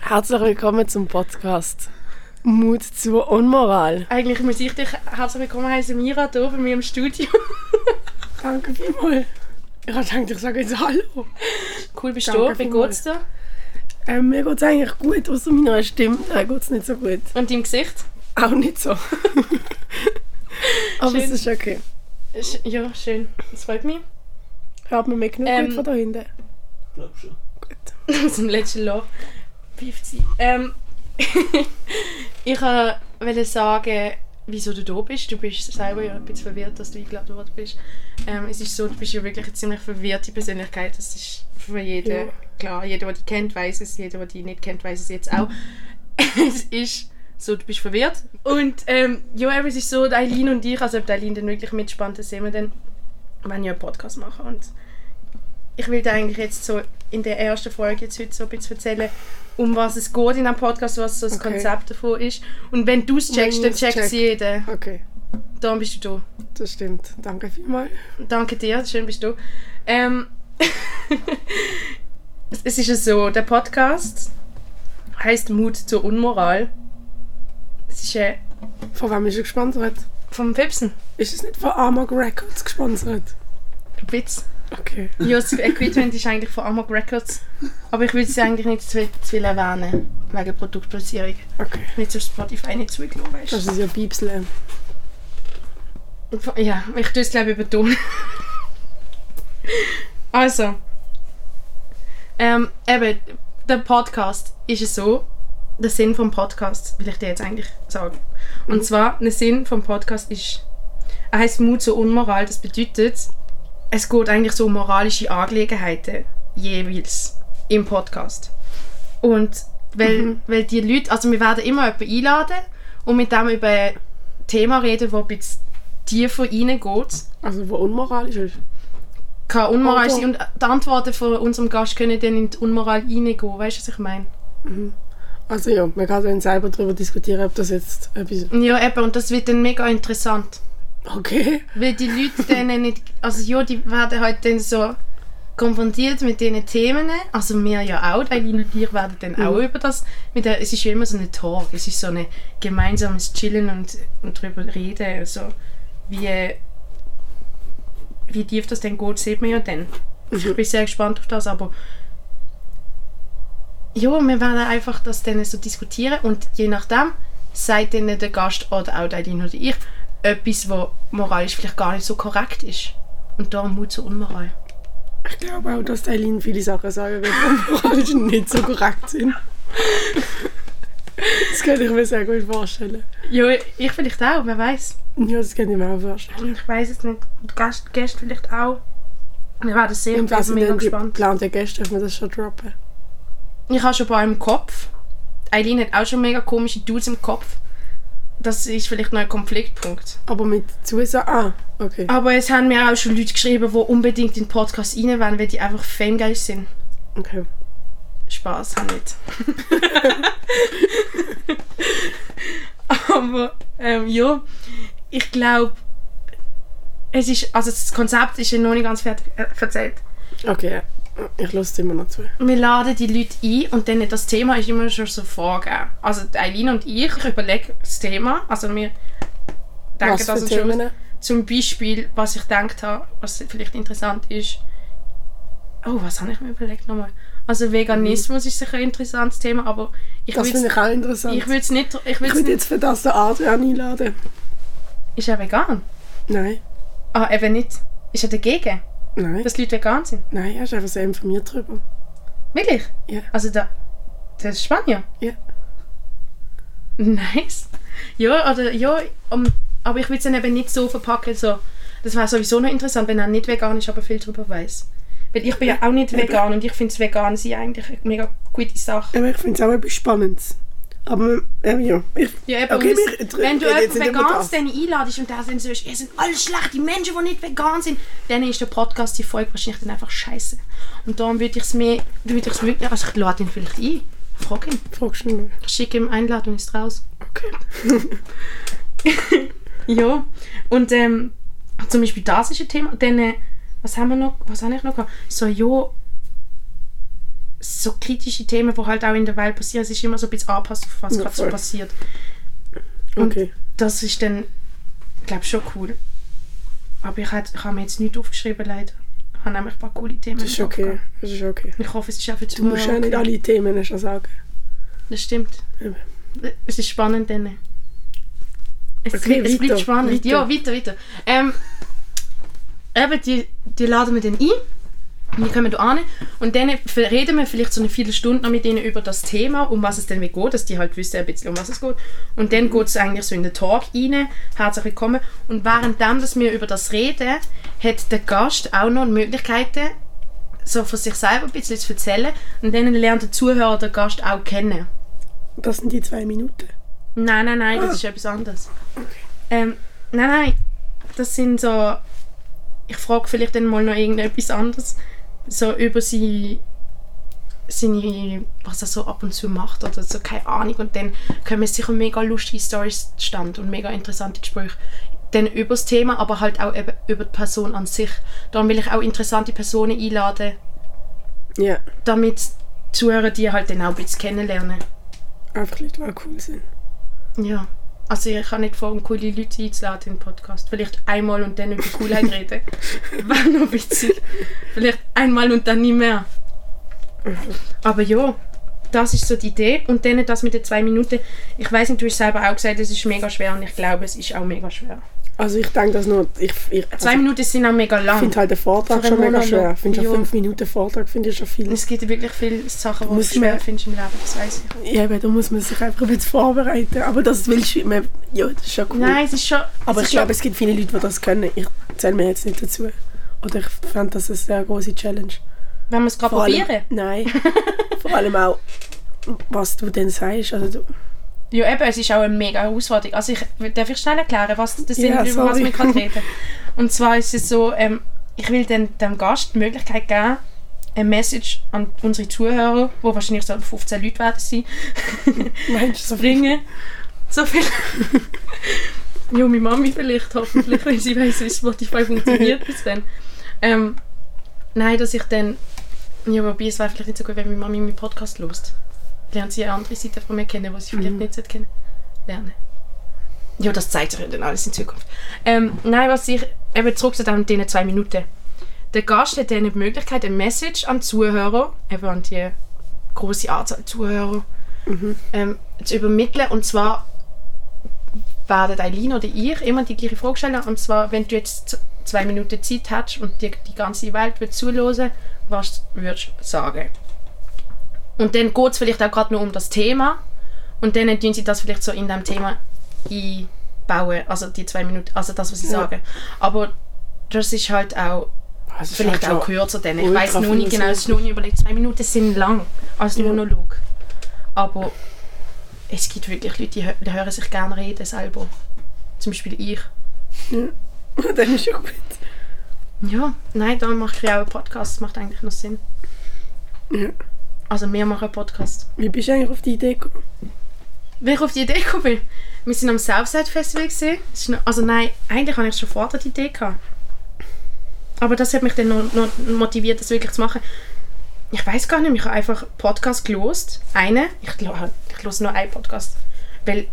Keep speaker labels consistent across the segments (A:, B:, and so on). A: Herzlich willkommen zum Podcast Mut zur Unmoral.
B: Eigentlich muss ich dich herzlich willkommen heißen, Mira, hier bei mir im Studio.
A: Danke vielmals. Ich habe gedacht, ich sage jetzt Hallo.
B: Cool, bist
A: Danke
B: du. Wie
A: vielmals.
B: geht's dir?
A: Ähm, mir geht es eigentlich gut, außer meiner Stimme äh, geht es nicht so gut.
B: Und deinem Gesicht?
A: Auch nicht so. Aber es
B: Schön.
A: ist okay.
B: Sch- Ja, schön. Das freut mich.
A: Hört man mich genug
B: Ähm,
A: gut von da hinten?
C: Glaub schon.
B: Zum letzten Loch. Pfeift sie. Ähm, ich äh, wollte sagen, wieso du da bist. Du bist selber ja ein bisschen verwirrt, dass du eingeladen worden bist. Ähm, es ist so, du bist ja wirklich eine ziemlich verwirrte Persönlichkeit. Das ist für jeden
A: Ja.
B: klar. Jeder, der dich kennt, weiß es. Jeder, der dich nicht kennt, weiß es jetzt auch. es ist so, du bist verwirrt. Und ähm, ja, eben, es ist so, die Eileen und ich, also ob die Eileen dann wirklich mitspannt, das sehen wir dann, wenn ich einen Podcast mache. Und ich will dir eigentlich jetzt so in der ersten Folge jetzt heute so ein bisschen erzählen, um was es geht in einem Podcast, was so das
A: Okay.
B: Konzept davon ist. Und wenn du es checkst,
A: Wenn
B: dann
A: ich's
B: checkt es
A: check.
B: jeder.
A: Okay,
B: Darum bist du
A: das stimmt. Danke vielmals.
B: da. Danke dir, schön bist du. da. Ähm, es es ist ja so, der Podcast heißt Mut zur Unmoral. Es ist äh,
A: Von wem ist er gesponsert?
B: vom Pipsen.
A: Ist es nicht von Amag Records gesponsert?
B: Witz.
A: Okay.
B: Ja, das Equipment ist eigentlich von Amok Records. Aber ich will es eigentlich nicht zu viel, zu viel erwähnen, wegen Produktplatzierung.
A: Okay.
B: Nicht auf Spotify nicht zugelassen, weißt
A: Das ist ja Biebsle.
B: Ja, ich tue es glaube ich betonen. also, ähm, eben, der Podcast ist es so, der Sinn vom Podcast will ich dir jetzt eigentlich sagen. Und zwar, der Sinn vom Podcast ist, er heißt Mut zur Unmoral, das bedeutet, es geht eigentlich so um moralische Angelegenheiten jeweils im Podcast. Und weil, weil die Leute, also wir werden immer jemanden einladen und mit dem über ein Thema reden, das ein bisschen tiefer reingeht.
A: Also, wo unmoralisch ist.
B: Kann unmoral
A: Oder-
B: sein und die Antworten von unserem Gast können dann in die Unmoral reingehen. Weißt du, was ich meine?
A: Also ja, man kann dann selber darüber diskutieren, ob das jetzt etwas...
B: Ja, eben, und das wird dann mega interessant.
A: Okay.
B: Weil die Leute denen nicht. Also ja, die werden halt dann so konfrontiert mit diesen Themen. Also wir ja auch, die Leute und ich werden dann auch über das. Mit der, es ist ja immer so ein Talk, es ist so ein gemeinsames Chillen und, und drüber reden. Also wie, wie tief das denn geht, sieht man ja dann. Ich bin sehr gespannt auf das, aber. Ja, wir werden einfach das dann so diskutieren und je nachdem sagt dann der Gast oder auch der Dino oder ich etwas, was moralisch vielleicht gar nicht so korrekt ist. Und darum Mut zur Unmoral.
A: Ich glaube auch, dass Eileen viele Sachen sagen wird, die moralisch nicht so korrekt sind. Das kann ich mir sehr gut vorstellen.
B: Ja, ich vielleicht auch, wer weiß.
A: Ja, das kann ich mir auch vorstellen.
B: Ich weiß es nicht. Die Gast, Gäste vielleicht auch. Wir werden sehen,
A: Und
B: ich
A: was
B: bin
A: sind
B: mega
A: denn die
B: gespannt.
A: geplanten Gäste, dürfen wir das schon droppen?
B: Ich habe schon ein paar im Kopf. Eileen hat auch schon mega komische Dudes im Kopf. Das ist vielleicht noch ein Konfliktpunkt.
A: Aber mit Zusagen... Ah, okay.
B: Aber es haben mir auch schon Leute geschrieben, die unbedingt in den Podcast rein wollen, weil die einfach fangeil sind.
A: Okay.
B: Spaß haben nicht. Aber ähm, ja, ich glaube, es ist, also das Konzept ist ja noch nicht ganz fertig äh, erzählt.
A: Okay, ich lasse immer noch zu.
B: Wir laden die Leute ein und dann das Thema ist immer schon so vorgegeben. Also die Eileen und ich, ich überlege das Thema, also wir denken
A: was
B: das
A: für
B: uns schon.
A: Themen?
B: Zum Beispiel, was ich gedacht habe, was vielleicht interessant ist. Oh, was habe ich mir überlegt nochmal? Also Veganismus ist sicher ein interessantes Thema, aber ich
A: Mhm. Das
B: will's-
A: finde ich auch interessant.
B: Ich würde es nicht. Ich
A: Ich
B: will's
A: würde
B: nicht.
A: jetzt für das den Adrian einladen.
B: Ist er vegan?
A: Nein,
B: Ah, eben nicht. Ist er dagegen,
A: nein,
B: dass Leute vegan sind?
A: nein, er ist einfach sehr informiert darüber.
B: Wirklich?
A: Ja.
B: Also der, der Spanier?
A: Ja.
B: Nice. Ja, oder ja, um, aber ich will es dann eben nicht so verpacken. So. Das wäre sowieso noch interessant, wenn er nicht vegan ist, aber viel darüber weiß. Weil ich bin ja auch nicht vegan und ich finde es vegan sein eigentlich eine mega gute Sache.
A: Aber ich finde es auch etwas Spannendes. Aber ähm, ja, ich,
B: Ja, eben,
A: Okay,
B: und
A: wir
B: das,
A: dr-
B: wenn du
A: reden
B: jemanden
A: jetzt nicht über
B: Veganes
A: das.
B: dann einladest und der dann so ist, ihr sind alle schlechte Menschen, die nicht vegan sind, dann ist der Podcast, die Folge wahrscheinlich dann einfach scheiße. Und darum würde ich es mir, würde ich es wirklich, also ich lade ihn vielleicht ein. Frag ihn.
A: fragst du mal.
B: Ich schicke ihm Einladung, ist raus.
A: Okay.
B: Ja, und ähm, zum Beispiel das ist ein Thema. Dann, äh, was haben wir noch? Was habe ich noch gehabt? So, ja, so kritische Themen, die halt auch in der Welt passieren, es ist immer so ein bisschen angepasst, auf was
A: Ja,
B: gerade so
A: voll.
B: passiert. Und
A: Okay.
B: das ist dann, glaube ich, schon cool. Aber ich habe ich hab mir jetzt nichts aufgeschrieben, leider. Ich habe nämlich ein paar coole Themen.
A: Das ist
B: im Kopf
A: okay.
B: gehabt.
A: Das ist okay.
B: Ich hoffe, es ist auch für
A: Du musst ja nicht alle Themen schon sagen.
B: Das stimmt.
A: Eben.
B: Es ist spannend dann. Es,
A: Okay,
B: es bleibt
A: weiter,
B: spannend.
A: weiter.
B: Ja, weiter, weiter. Ähm, eben, die, die laden wir dann ein. Wir kommen da an und dann reden wir vielleicht so eine Viertelstunde noch mit ihnen über das Thema, um was es denn geht, dass die halt wissen ein bisschen, um was es geht. Und dann geht es eigentlich so in den Talk rein, herzlich willkommen. Und währenddem, dass wir über das reden, hat der Gast auch noch Möglichkeiten, so von sich selber ein bisschen zu erzählen. Und dann lernt der Zuhörer den Gast auch kennen.
A: Das sind die zwei Minuten.
B: Nein, nein, nein, das ist etwas anderes. Ähm, nein, nein, das sind so. Ich frage vielleicht dann mal noch irgendetwas anderes. So über sie. Seine, was er so ab und zu macht oder so, keine Ahnung. Und dann kommen sicher mega lustige Stories zustande und mega interessante Gespräche. Dann über das Thema, aber halt auch eben über die Person an sich. Darum will ich auch interessante Personen einladen,
A: Ja.
B: damit die Zuhörer die halt dann auch ein bisschen kennenlernen.
A: Einfach Leute, die auch cool sind.
B: Ja. Also ich kann nicht vor, um coole Leute einzuladen in den Podcast. Vielleicht einmal und dann über Coolheit reden. Wäre noch witzig. Vielleicht einmal und dann nie mehr. Aber ja, das ist so die Idee. Und dann das mit den zwei Minuten. Ich weiß nicht, du hast selber auch gesagt, es ist mega schwer und ich glaube, es ist auch mega schwer.
A: Also ich denke, dass nur... Ich, ich, also
B: Zwei Minuten sind auch mega
A: ich
B: lang.
A: finde halt den Vortrag
B: Für
A: schon
B: einen
A: mega
B: Monolog.
A: schwer. Ich finde
B: Ja.
A: schon fünf Minuten Vortrag finde ich schon viel.
B: Es gibt wirklich viele Sachen, die du
A: Muss
B: schwer
A: man-
B: findest im Leben, das weiß ich.
A: Ja, eben, da muss man sich einfach ein bisschen vorbereiten. Aber das willst du... Man, ja, das ist schon cool.
B: Nein, es ist schon...
A: Aber
B: es
A: Also ich
B: ist
A: glaube, es gibt viele Leute, die das können. Ich zähle mir jetzt nicht dazu. Oder ich fand das eine sehr große Challenge.
B: schon- Wenn wir es gerade
A: Vor allem-
B: probieren.
A: Nein. Vor allem auch, was du denn sagst. Also du,
B: Ja, eben, es ist auch eine mega Herausforderung. Also ich, darf ich schnell erklären, was das
A: Ja,
B: sind, über was
A: sorry.
B: wir gerade reden. Und zwar ist es so, ähm, ich will dem, dem Gast die Möglichkeit geben, eine Message an unsere Zuhörer, wo wahrscheinlich so 15 Leute werden sein,
A: meinst du so
B: zu bringen. So viel. ja, meine Mami vielleicht, hoffentlich, wenn sie weiß, wie Spotify funktioniert bis dann. Ähm, nein, dass ich dann... Ja, wobei, es wäre vielleicht nicht so gut, wenn meine Mami meinen Podcast hört. Lernt sie eine andere Seite von mir kennen, die sie vielleicht nicht sollte kennen lernen. Ja, das zeigt sich ja dann alles in Zukunft. Ähm, nein, was ich... Eben zurück zu den diesen zwei Minuten. Der Gast hat dann die Möglichkeit, eine Message an die Zuhörer, eben an die große Anzahl Zuhörer, ähm, zu übermitteln. Und zwar werden Eileen oder ich immer die gleiche Frage stellen. Und zwar, wenn du jetzt z- zwei Minuten Zeit hast und die, die ganze Welt wird zuhören, was würdest du sagen? Und dann geht es vielleicht auch gerade nur um das Thema. Und dann tun sie das vielleicht so in dem Thema einbauen. Also die zwei Minuten, also das, was sie
A: Ja.
B: sagen. Aber das ist halt auch
A: Das ist
B: Vielleicht
A: halt
B: auch
A: schon-
B: kürzer, denn ich
A: ultra
B: weiß noch nicht
A: viel
B: genau, es ist noch nicht überlegt. Zwei Minuten sind lang als Monolog. Aber es gibt wirklich Leute, die, hö- die hören sich gerne reden selber. Zum Beispiel ich.
A: Das ist schon gut.
B: Ja, nein, da mache ich auch einen Podcast. Das macht eigentlich noch Sinn.
A: Ja.
B: Also wir machen einen Podcast.
A: Wie bist du eigentlich auf die Idee gekommen?
B: Wenn ich auf die Idee gekommen bin, wir sind am Southside Festival gesehen. Also nein, eigentlich hatte ich schon vorher die Idee gehabt. Aber das hat mich dann noch, noch motiviert, das wirklich zu machen. Ich weiß gar nicht, ich habe einfach Podcast gelost. Einen. Ich, gl- ich los nur einen Podcast. Weil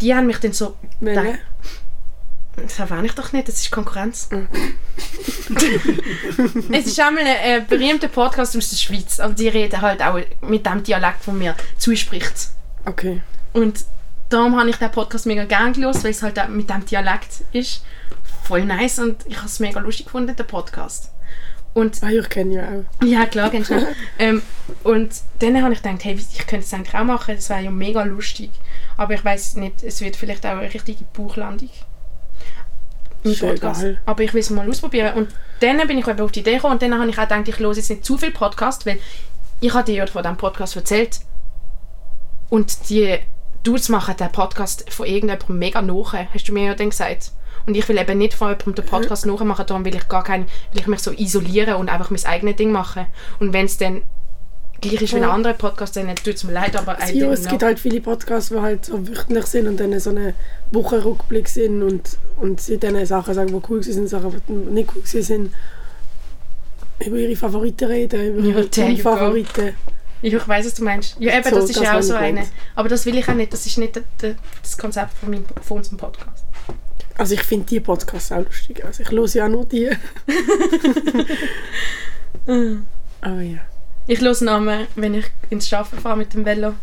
B: die haben mich dann so.
A: Welche?
B: Das erwähne ich doch nicht, das ist Konkurrenz. es ist einmal ein äh, berühmter Podcast aus der Schweiz. Und die reden halt auch mit dem Dialekt, von mir zuspricht.
A: Okay.
B: Und darum habe ich den Podcast mega gerne gelesen, weil es halt auch mit dem Dialekt ist. Voll nice und ich habe es mega lustig gefunden, den Podcast. Und
A: Ah, ich kenne ja auch.
B: ja, klar, kennst du noch. ähm, Und dann habe ich gedacht, hey, ich könnte es eigentlich auch machen, das wäre ja mega lustig. Aber ich weiß nicht, es wird vielleicht auch eine richtige Buchlandung. Im
A: Ist ja
B: Podcast.
A: egal.
B: Aber ich will es mal ausprobieren. Und dann bin ich eben auf die Idee gekommen und dann habe ich auch gedacht, ich höre jetzt nicht zu viel Podcast, weil ich hatte dir ja von diesem Podcast erzählt. Und die Dudes machen den Podcast von irgendjemandem mega nach, hast du mir ja dann gesagt. Und ich will eben nicht von jemandem den Podcast
A: Mhm.
B: nachmachen, darum will ich gar keinen, will ich mich so isolieren und einfach mein eigenes Ding machen. Und wenn es dann gleich ist wie ein
A: Ja.
B: anderer Podcast, dann tut es mir leid, aber I
A: Ja,
B: didn't
A: es
B: know.
A: gibt halt viele Podcasts, die halt so wöchentlich sind und dann so einen Wochenrückblick sind und, und sie dann Sachen sagen, die cool sind, Sachen, die nicht cool sind. Über ihre Favoriten reden, über
B: Ja,
A: ihre
B: there you go.
A: Favoriten.
B: Ich, ich weiß, was du meinst. Ja, eben,
A: So,
B: das ist
A: das
B: ja auch
A: habe
B: so
A: ich
B: eine.
A: gemeint.
B: Aber das will ich auch nicht. Das ist nicht der- der- das Konzept von, meinem, von unserem Podcast.
A: Also ich finde die Podcasts auch lustig. Also ich höre ja auch nur die. Aber Ah, ja.
B: Ich höre Namen, wenn ich ins Schaffen fahre mit dem Velo.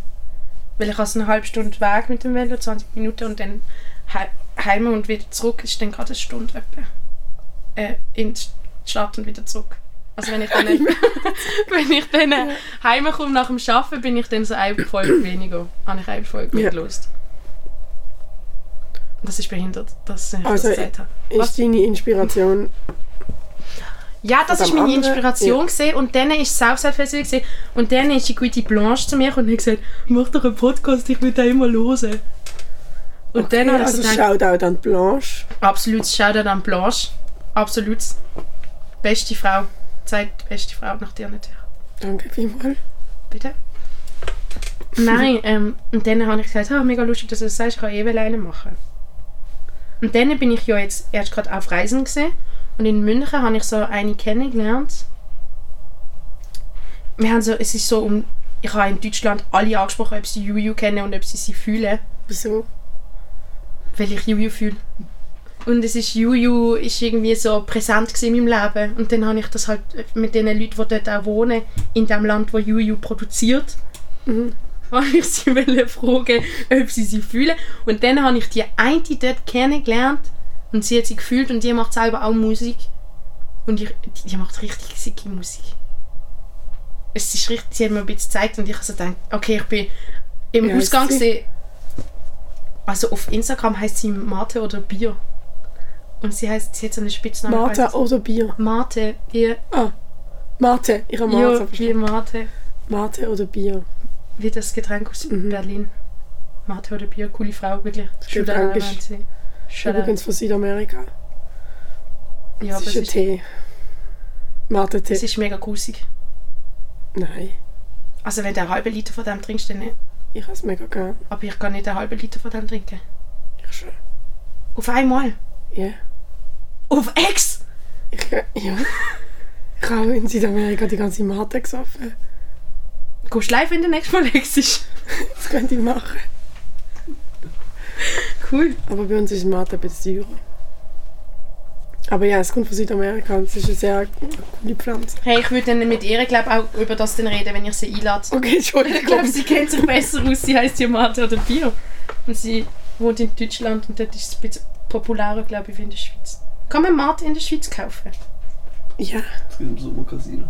B: Weil ich habe so eine halbe Stunde Weg mit dem Velo, 20 Minuten und dann hei- heim und wieder zurück ist dann gerade eine Stunde etwa. Äh, in die Stadt und wieder zurück. Also wenn ich dann, wenn ich dann äh, heimkomme nach dem Schaffen, bin ich dann so eine Folge weniger. Habe ich eine Folge
A: Ja.
B: mehr gelost. Das ist behindert, dass ich
A: Also,
B: das gesagt habe.
A: Ist
B: Was?
A: deine Inspiration...
B: Ja, das
A: Von
B: war
A: dem
B: meine
A: anderen,
B: Inspiration. gewesen. Und dann war das Southside Festival. gewesen. Und dann ist die gute Blanche zu mir gekommen und hat gesagt, mach doch einen Podcast, ich will den immer hören. Und dann habe ich so
A: also
B: gedacht,
A: Shoutout an Blanche.
B: absolutes Shoutout an Blanche. Absolutes. Beste Frau. Zeit beste Frau nach dir natürlich.
A: Danke vielmals.
B: Bitte? Nein, ähm, und dann habe ich gesagt, ah, mega lustig, dass du das sagst, ich kann eh alleine machen. Und dann bin ich ja jetzt erst gerade auf Reisen gesehen und in München habe ich so eine kennengelernt. Wir haben so, es ist so um, ich habe in Deutschland alle angesprochen, ob sie Juju kennen und ob sie sie fühlen,
A: Wieso?
B: weil ich Juju fühle. Und es ist Juju ist irgendwie so präsent gewesen in meinem Leben und dann habe ich das halt mit den Leuten, die dort auch wohnen, in dem Land, wo Juju produziert,
A: Mhm.
B: habe ich sie wollte fragen, ob sie sie fühlen. Und dann habe ich die eine dort kennengelernt und sie hat sie gefühlt und die macht selber auch Musik. Und ich, die, die macht richtig sicke Musik. Es ist richtig, sie hat mir ein bisschen gezeigt und ich habe so gedacht, okay, ich bin im
A: Wie heisst
B: Ausgang
A: sie?
B: gesehen. Also auf Instagram heißt sie Mate oder Bier. Und sie heißt, sie hat so einen Spitznamen. Ah, ich weiss
A: Mate
B: nicht.
A: oder Bier?
B: Mate, wie,
A: Ah, Mate. Ich habe Mate
B: ja, wie
A: verstanden.
B: Mate.
A: Mate oder Bier?
B: wie das Getränk aus
A: Mhm.
B: Berlin. Mathe oder Bier, coole Frau, wirklich.
A: Das Getränk ist-
B: Shoutout.
A: Übrigens von Südamerika.
B: Ja,
A: das
B: aber es
A: ist ein
B: ist,
A: Tee. Mate-Tee.
B: es ist mega grusig.
A: Nein,
B: Also wenn du einen halben Liter von dem trinkst, dann nicht.
A: ich habe es mega gern.
B: Aber ich kann nicht einen halben Liter von dem trinken.
A: Ich schon.
B: Auf einmal.
A: Ja.
B: Auf Ex!
A: Ich, ja. ich habe in Südamerika die ganze Mate gesoffen.
B: Gehst live, wenn der nächste Mal Ex ist.
A: Das könnte ich machen.
B: Cool.
A: Aber bei uns ist Mate ein bisschen teurer. Aber ja, es kommt von Südamerika und es ist eine sehr coole Pflanze.
B: Hey, ich würde dann mit ihr, glaube auch über das dann reden, wenn ich sie einlade.
A: Okay,
B: Ich glaube,
A: Entschuldigung.
B: sie kennt sich besser aus. Sie heißt ja Mathe oder Bier. Und sie wohnt in Deutschland und dort ist es ein bisschen populärer, glaube ich, wie in der Schweiz. Kann man Mathe in der Schweiz kaufen?
A: Ja,
C: Es geht im Sommercasino.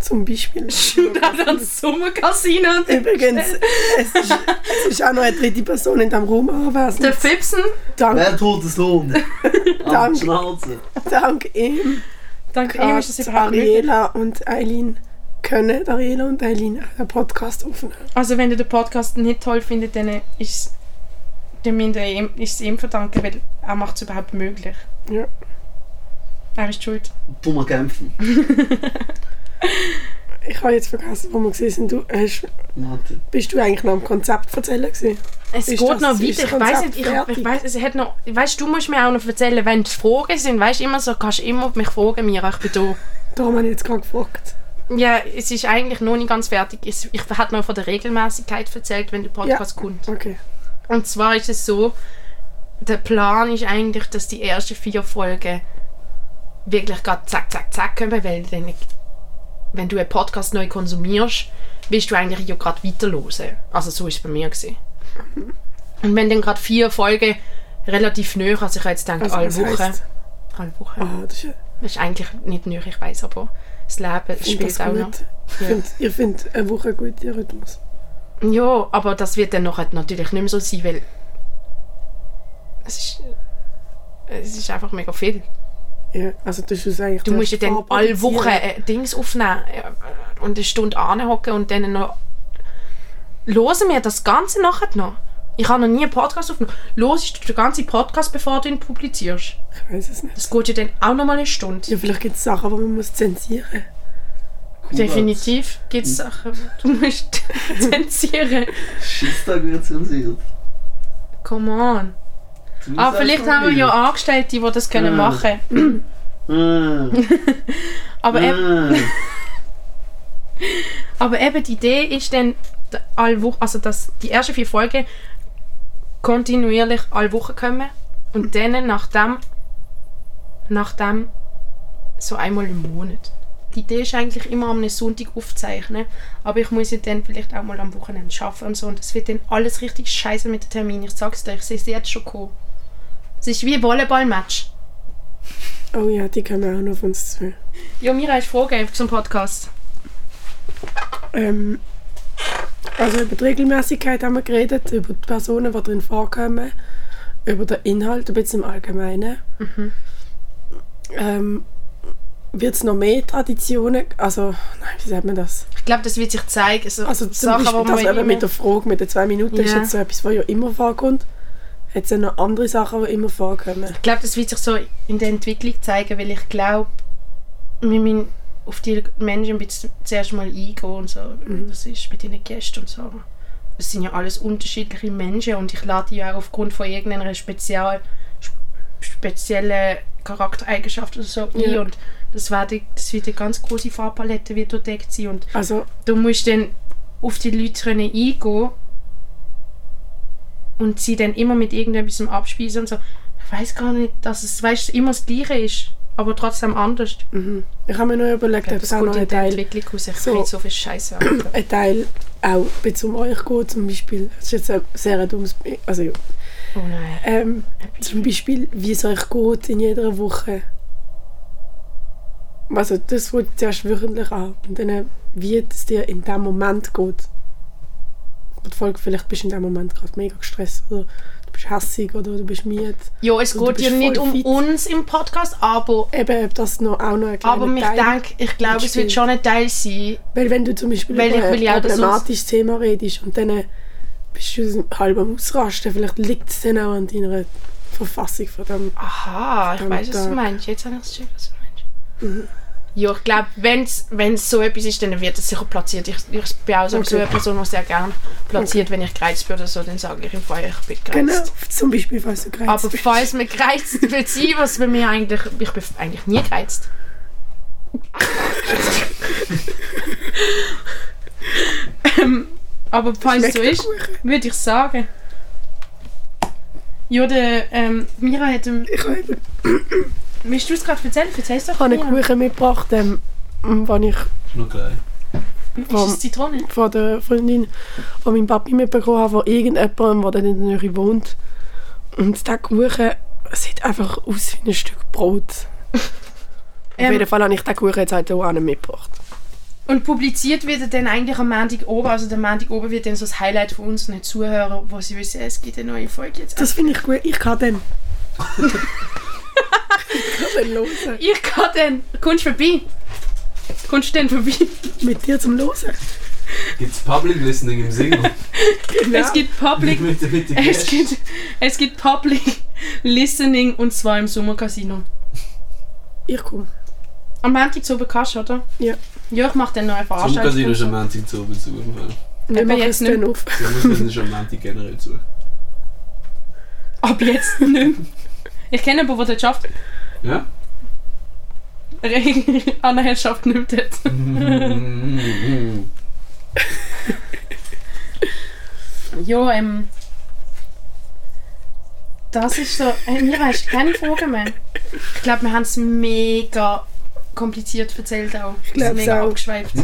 A: zum Beispiel.
B: Shootout ans Sommercasino.
A: Übrigens, es ist, es ist auch noch eine dritte Person in diesem Raum anwesend.
B: Der Fipsen.
A: Dank,
C: Wer tut es Lohn? Am
A: Danke.
C: Schnauze.
A: dank ihm,
B: Dank ihm ist
A: hat
B: es überhaupt nicht.
A: Ariela und Eileen können Ariela und Eileen äh, einen Podcast aufnehmen.
B: Also wenn ihr den Podcast nicht toll findet, dann ist es dann müsst ihr ihm- ist es ihm verdanken, weil er macht es überhaupt möglich.
A: Ja.
B: Er ist schuld.
C: Tu mal kämpfen.
A: Ich habe jetzt vergessen, wo wir gesehen sind. Du hast,
C: Mathe.
A: bist du eigentlich noch am Konzept erzählen gewesen?
B: Es
A: Ist
B: geht
A: das-
B: noch
A: ist
B: weiter.
A: das
B: Ich weiß
A: Konzept
B: nicht, ich, ich
A: fertig?
B: weiß, es hat noch. Weißt du, musst mir auch noch erzählen, wenn die Fragen sind. Weißt du, immer so, kannst du immer mich fragen, Mira, ich bin da.
A: Darum habe ich jetzt gerade gefragt.
B: Ja, es ist eigentlich noch nicht ganz fertig. Es- Ich hatte noch von der Regelmäßigkeit erzählt, wenn der Podcast kommt.
A: Okay.
B: Und zwar ist es so, der Plan ist eigentlich, dass die ersten vier Folgen wirklich gerade zack, zack, zack kommen, weil dann, wenn du einen Podcast neu konsumierst, willst du eigentlich ja gerade weiterhören. Also so ist es bei mir gewesen.
A: Mhm.
B: Und wenn dann gerade vier Folgen relativ neu, also ich habe jetzt denke,
A: Also,
B: alle
A: was
B: Woche,
A: heisst-
B: alle Woche,
A: Ah, das ist,
B: das ist eigentlich nicht neu, ich weiß, aber das Leben
A: ich finde
B: spielt
A: das
B: auch noch.
A: gut. Ich finde ich find eine Woche gut, ihr Rhythmus.
B: Ja, aber das wird dann nachher natürlich nicht mehr so sein, weil es ist, es ist einfach mega viel.
A: Ja, also das ist eigentlich...
B: Du musst ja dann alle Wochen äh, Dings aufnehmen äh, und eine Stunde anhocken und dann noch... Hören wir das Ganze nachher noch? Ich habe noch nie einen Podcast aufgenommen. Hörst du den ganzen Podcast, bevor du ihn publizierst?
A: Ich weiß es nicht.
B: Das geht ja dann auch nochmal eine Stunde.
A: Ja, vielleicht gibt es Sachen, die man muss zensieren
C: Kurat.
B: Definitiv gibt
C: Hm.
B: es Sachen, die du musst zensieren.
C: Schießtag wird zensiert.
B: Come on.
C: Du
B: Ah,
C: sagst
B: vielleicht
C: mal
B: haben wir
C: nicht.
B: ja Angestellte, die das können
C: Ja.
B: machen
C: Ah,
B: Aber eben-
C: ah.
B: Aber eben die Idee ist dann d- alle Woche, also dass die ersten vier Folgen kontinuierlich alle Woche kommen und dann nach dem, nach dem so einmal im Monat. Die Idee ist eigentlich immer am Sonntag aufzeichnen, aber ich muss ja dann vielleicht auch mal am Wochenende arbeiten und so und es wird dann alles richtig scheiße mit den Terminen. Ich sag's dir, ich sehe es jetzt schon kommen. Es ist wie ein Volleyballmatch.
A: Oh ja, die kommen auch noch auf uns zu.
B: Ja, Mira, hast du Fragen zum Podcast?
A: Ähm, also über die Regelmäßigkeit haben wir geredet, über die Personen, die drin vorkommen, über den Inhalt, ein bisschen im Allgemeinen.
B: Mhm.
A: Ähm, Wird es noch mehr Traditionen, also, nein, wie sagt man das?
B: Ich glaube, das wird sich zeigen. Also,
A: Also zum
B: Sachen,
A: Beispiel
B: wo
A: das
B: man
A: eben
B: immer-
A: mit der Frage, mit den zwei Minuten, ist
B: Ja.
A: jetzt so etwas, was ja immer vorkommt. Hat es ja noch andere Sachen, die immer vorkommen?
B: Ich glaube, das wird sich so in der Entwicklung zeigen, weil ich glaube, wir müssen auf die Menschen ein bisschen zuerst mal eingehen und so, wie das ist mit ihren Gästen und so. Es sind ja alles unterschiedliche Menschen und ich lade die ja auch aufgrund von irgendeiner spezial, sp- speziellen Charaktereigenschaft oder so ein
A: Ja.
B: und das, werde, das wird eine ganz große Farbpalette wird entdeckt sein und
A: Also,
B: du musst dann auf die Leute können eingehen und sie dann immer mit irgendetwas abspeisen und so. Ich weiß gar nicht, dass es weißt, immer das Gleiche ist, aber trotzdem anders.
A: ich habe mir noch überlegt, ob es auch noch
B: in
A: einen
B: der
A: Teil,
B: Entwicklung raus. Ich
A: So.
B: so. so viel Scheiße
A: einen Teil auch bis um euch geht, zum Beispiel. Das ist jetzt ein sehr dummes, Bi- also ja.
B: Oh nein.
A: Ähm, zum Beispiel, wie es euch geht in jeder Woche. Also das wird zuerst wöchentlich an. Und dann, äh, wie es dir in dem Moment geht. Und Folge, vielleicht bist du in dem Moment gerade mega gestresst oder du bist hässig oder du bist müde.
B: Ja, es
A: Du
B: geht
A: bist
B: ja nicht
A: voll
B: um
A: fit.
B: uns im Podcast, aber,
A: Eben, ob das noch auch noch ein kleiner
B: aber ich
A: Teil-
B: denke, ich glaube, es wird
A: mitspielt.
B: schon ein Teil sein.
A: Weil wenn du zum Beispiel
B: Weil ich
A: über
B: will
A: ein
B: ja auch, dass
A: problematisches Thema redest und dann äh, bist du halb am Ausrasten, vielleicht liegt es dann auch an deiner Verfassung von dem
B: Aha, ich
A: Am
B: weiß, was du
A: Tag. Mhm.
B: meinst. Jetzt habe ich es gecheckt, was du meinst. Ja, ich glaube, wenn es so etwas ist, dann wird es sicher platziert. Ich, ich bin auch so
A: Okay.
B: so eine Person, die sehr gerne platziert. Wenn ich gereizt bin oder so, dann sage ich im Fall, ich bin gereizt.
A: Genau, zum Beispiel, falls du gereizt
B: Aber
A: bist.
B: falls man gereizt will sein, was bei mir eigentlich... Ich bin eigentlich nie gereizt. ähm, aber falls es so
A: Schmeckt
B: ist, würde ich sagen... Ja, der, ähm, Mira hat... Einen,
A: Ich habe eben
B: willst du es gerade erzählen? Erzähl's doch,
A: einen
B: Mira.
A: Kuchen mitgebracht, ähm, den ich
C: Noch gleich.
B: Ist es Zitrone?
A: von der Freundin und meinem Papi mitbekommen habe, von irgendjemandem, der dann in der Nähe wohnt. Und der Kuchen sieht einfach aus wie ein Stück Brot. Auf jeden
B: Ähm,
A: Fall habe ich den Kuchen jetzt heute auch einen mitgebracht.
B: und publiziert wird er dann eigentlich am Montag oben. Also der Montag oben wird dann so das Highlight von uns und den Zuhörern, wo sie wissen, es gibt eine neue Folge jetzt. Also,
A: Das finde ich gut. Ich kann den. ich kann den losen.
B: ich kann dann... Kommst du vorbei? Kommst du dann vorbei?
A: Mit dir zum Losen.
C: Gibt's Public Listening im Singen?
A: Genau.
B: Es gibt Public...
C: mit, mit den
B: Es
C: Gästen?
B: gibt, es gibt Public Listening und zwar im Sommercasino.
A: Ich komme.
B: Am Montag zu oben kannst, oder?
A: Ja.
B: Ja, ich mache dann noch eine
C: Zum Casino
B: Veranstaltung.
C: ist am Montag zu oben zu. im Fall.
A: Wir
B: Eben
A: machen
B: jetzt
A: es dann
B: nicht.
A: auf.
C: Wir müssen schon am Montag generell zu.
B: Ab jetzt nicht mehr. Ich kenne jemanden, der das schafft.
C: Ja?
B: Anna hat schafft nicht mehr dort.
C: Nein,
B: Ja, ähm. Das ist so. Hey, Mira, hast du keine Frage mehr? Ich glaube, wir haben es mega kompliziert erzählt auch. Ich
A: glaub's
B: mega
A: auch.
B: abgeschweift.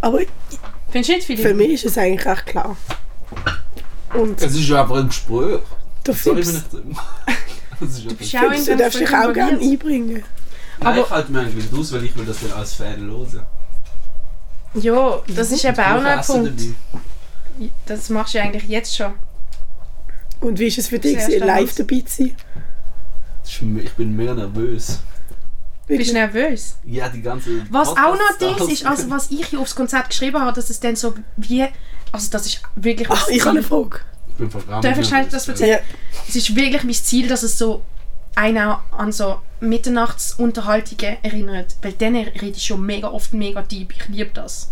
A: Aber
B: Findest du nicht, Philipp?
A: für mich ist es eigentlich recht klar. Und
C: es ist ja einfach ein Gespräch.
A: der
C: Sorry, wenn
A: Fips,
C: ich das ist
B: bist
C: ja
B: ja auch
A: Fips, du darfst dich auch gerne
B: involviert.
A: einbringen.
C: Nein, ich halte mir eigentlich aus, weil ich will das dann als Fan hören.
B: Ja, das ist eben
C: Ich
B: auch noch
C: brauche
B: ein
C: Essen
B: Punkt.
C: dabei.
B: Das machst du ja eigentlich jetzt schon.
A: Und wie ist es für dich,
B: Sehr
A: gewesen, live
B: stolz.
A: dabei zu sein?
C: Das ist mir- Ich bin mega nervös.
B: Bist du nervös?
C: Ja, die ganze.
B: Was auch noch Dings
C: Podcast-
B: ist, also was ich hier aufs Konzert geschrieben habe, dass es dann so wie. Also das ist wirklich mein
A: Ach, Ah, ich habe eine Frage.
C: Ich bin voll gar
B: Darf
C: nicht
B: ich
C: nervös.
B: das erzählen? Es ist wirklich mein Ziel, dass es so einer an so Mitternachtsunterhaltungen erinnert. Weil dann rede ich schon mega oft mega deep. Ich liebe das.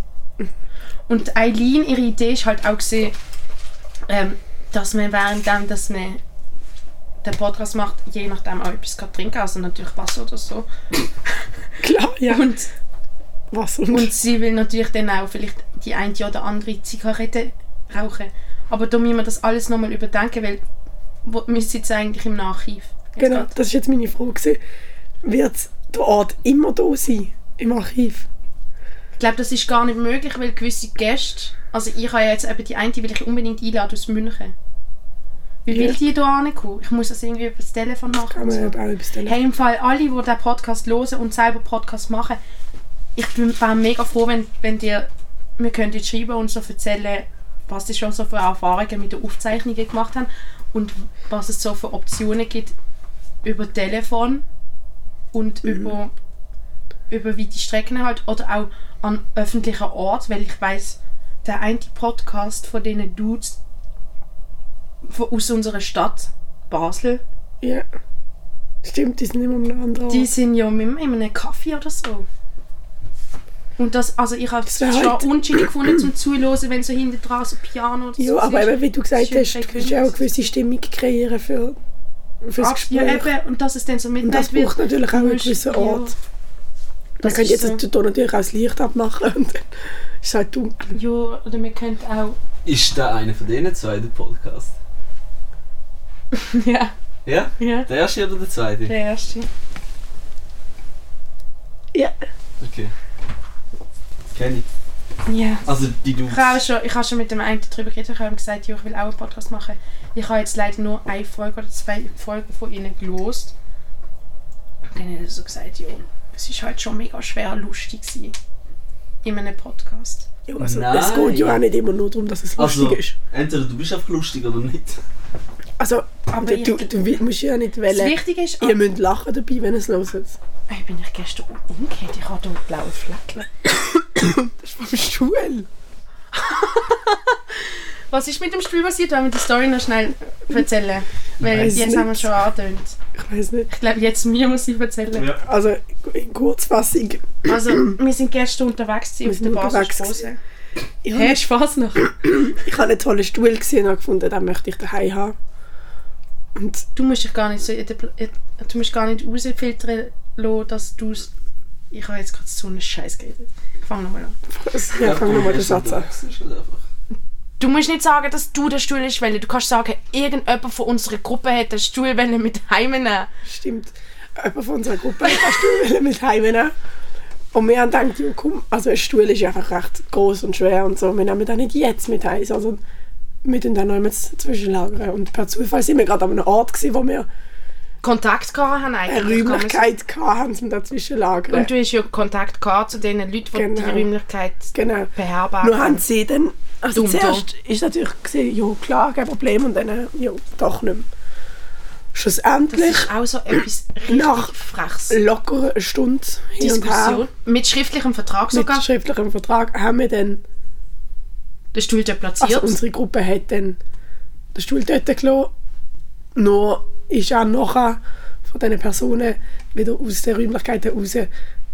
B: Und Eileen, ihre Idee ist halt auch gesehen, ähm, dass man währenddem, dass man den Podcast macht, je nachdem auch etwas kann trinken kann. Also natürlich Wasser oder so.
A: Klar, ja.
B: Und
A: Was?
B: Und sie will natürlich dann auch vielleicht die eine oder andere Zigarette rauchen. Aber da müssen wir das alles nochmal überdenken, weil wo, wir sitzen eigentlich im Nachhinein. jetzt
A: genau,
B: gerade.
A: das war jetzt meine Frage. gewesen. Wird der Ort immer da sein? Im Archiv?
B: Ich glaube, das ist gar nicht möglich, weil gewisse Gäste, also ich habe ja jetzt eben die eine, die will ich unbedingt einladen aus München. Wie
A: Ja.
B: will die hier ankommen? Ich muss das irgendwie über das Telefon machen.
A: Kann
B: und
A: man
B: so.
A: ja auch etwas tun.
B: Hey, im Fall alle, die diesen Podcast hören und selber Podcast machen, ich bin- wäre mega froh, wenn, wenn dir, wir könntet schreiben und so erzählen, was ihr schon so für Erfahrungen mit den Aufzeichnungen gemacht haben und was es so für Optionen gibt über Telefon und über, über weite Strecken halt oder auch an öffentlichen Ort, weil ich weiß, der eine Podcast von diesen Dudes von, aus unserer Stadt, Basel,
A: Ja. Stimmt, die sind immer an einem anderen
B: die
A: Ort.
B: sind ja mit in einem Kaffee oder so. Und das, also ich habe es
A: wär
B: schon
A: halt-
B: unschön gefunden zum Zuhören, wenn so hinten dran so Piano oder
A: Ja,
B: so
A: aber
B: ist.
A: eben, wie du gesagt
B: schön
A: hast, du willst ja auch
B: frequent.
A: eine gewisse Stimmung kreieren für, für das
B: Ab- ja,
A: Gespräch.
B: eben, und dass es dann so
A: Und das
B: mitgeteilt
A: braucht natürlich auch einen
B: Musst-
A: gewissen
B: ja.
A: Ort. Man
B: Das
A: könnte
B: ist
A: jetzt hier natürlich auch das Licht abmachen und dann ist es halt dunkel.
B: Ja, oder wir könnten auch...
C: Ist der einer von denen zwei, der Podcast?
B: ja,
C: Ja?
B: ja.
C: Der erste oder der zweite?
B: Der erste.
C: Okay. Kenn ich.
B: Ja.
C: Also die du.
B: Ich habe schon, ich habe schon mit dem einen darüber geredet, ich habe ihm gesagt, ja, ich will auch einen Podcast machen. Ich habe jetzt leider nur eine Folge oder zwei Folgen von ihnen gelost. Und dann hat er so gesagt, ja, es ist halt schon mega schwer lustig gewesen. In einem Podcast.
A: Ja, also,
C: Nein.
A: es geht ja auch nicht immer nur darum, dass es lustig
C: Also,
A: ist.
C: entweder du bist einfach lustig oder nicht.
A: Also,
B: Aber
A: du,
B: ich-
A: du, du wi- musst ja nicht
B: Das
A: wählen.
B: Wichtige ist,
A: Äh,
B: ah,
A: Ihr müsst lachen dabei, wenn ihr es hört. Das
B: ich bin ich gestern umgekehrt, ich habe hier blaue Flecken.
A: ist vom Stuhl.
B: Was ist mit dem Stuhl passiert? Wollen wir die Story noch schnell erzählen? Weil
A: Weiss
B: jetzt haben wir
A: nicht.
B: schon angetönt.
A: Ich weiß nicht.
B: Ich glaube, jetzt mir muss ich erzählen.
A: Also, in Kurzfassung.
B: Also, wir sind gestern unterwegs gewesen
A: Wir
B: auf
A: sind
B: der Basel
A: unterwegs
B: Straße.
A: Ich
B: Hey, Spaß noch?
A: Ich habe einen tollen Stuhl gesehen und habe gefunden, den möchte ich daheim haben. Und
B: du musst dich gar nicht so in der, Pl- in, du musst gar nicht rausfiltern lassen, dass du es- ich habe jetzt gerade so einen Scheiß geredet. Ich fange nochmal an.
A: das, ja, fangen wir mal den Satz an.
C: halt
B: Du musst nicht sagen, dass du der Stuhl ist, weil du kannst sagen, irgendjemand von unserer Gruppe hat den Stuhl wollen mit heimnehmen.
A: Stimmt. Jemand von unserer Gruppe hat einen Stuhl mit heimnehmen. Und wir haben gedacht, ja, komm, also ein Stuhl ist einfach recht groß und schwer und so. Wir nehmen den nicht jetzt mit heim, sondern wir tun den noch einmal zwischenlagern. Und per Zufall sind wir gerade an einem Ort, gewesen, wo wir
B: Kontakt gehabt haben eigentlich.
A: eine
B: kann man sagen.
A: Räumlichkeit hatten, um den zwischenlagern.
B: Und du hast ja Kontakt gehabt zu den Leuten, die die
A: Genau.
B: Räumlichkeit
A: Genau.
B: beherbergen.
A: Nur haben sie dann, also
B: Dumm,
A: zuerst ist natürlich gesehen, ja klar, kein Problem und dann, äh, ja, doch nicht mehr.
B: das
A: Schlussendlich
B: ist auch so etwas richtig
A: Nach-
B: Frechs.
A: Genau. locker eine Stunde hin und her
B: Diskussion. Mit schriftlichem Vertrag
A: mit
B: sogar.
A: schriftlichem Vertrag haben wir dann,
B: Den Stuhl dort
A: also
B: platziert.
A: unsere Gruppe hat dann den Stuhl dort gelassen, nur ist auch nachher von diesen Personen wieder aus den Räumlichkeiten raus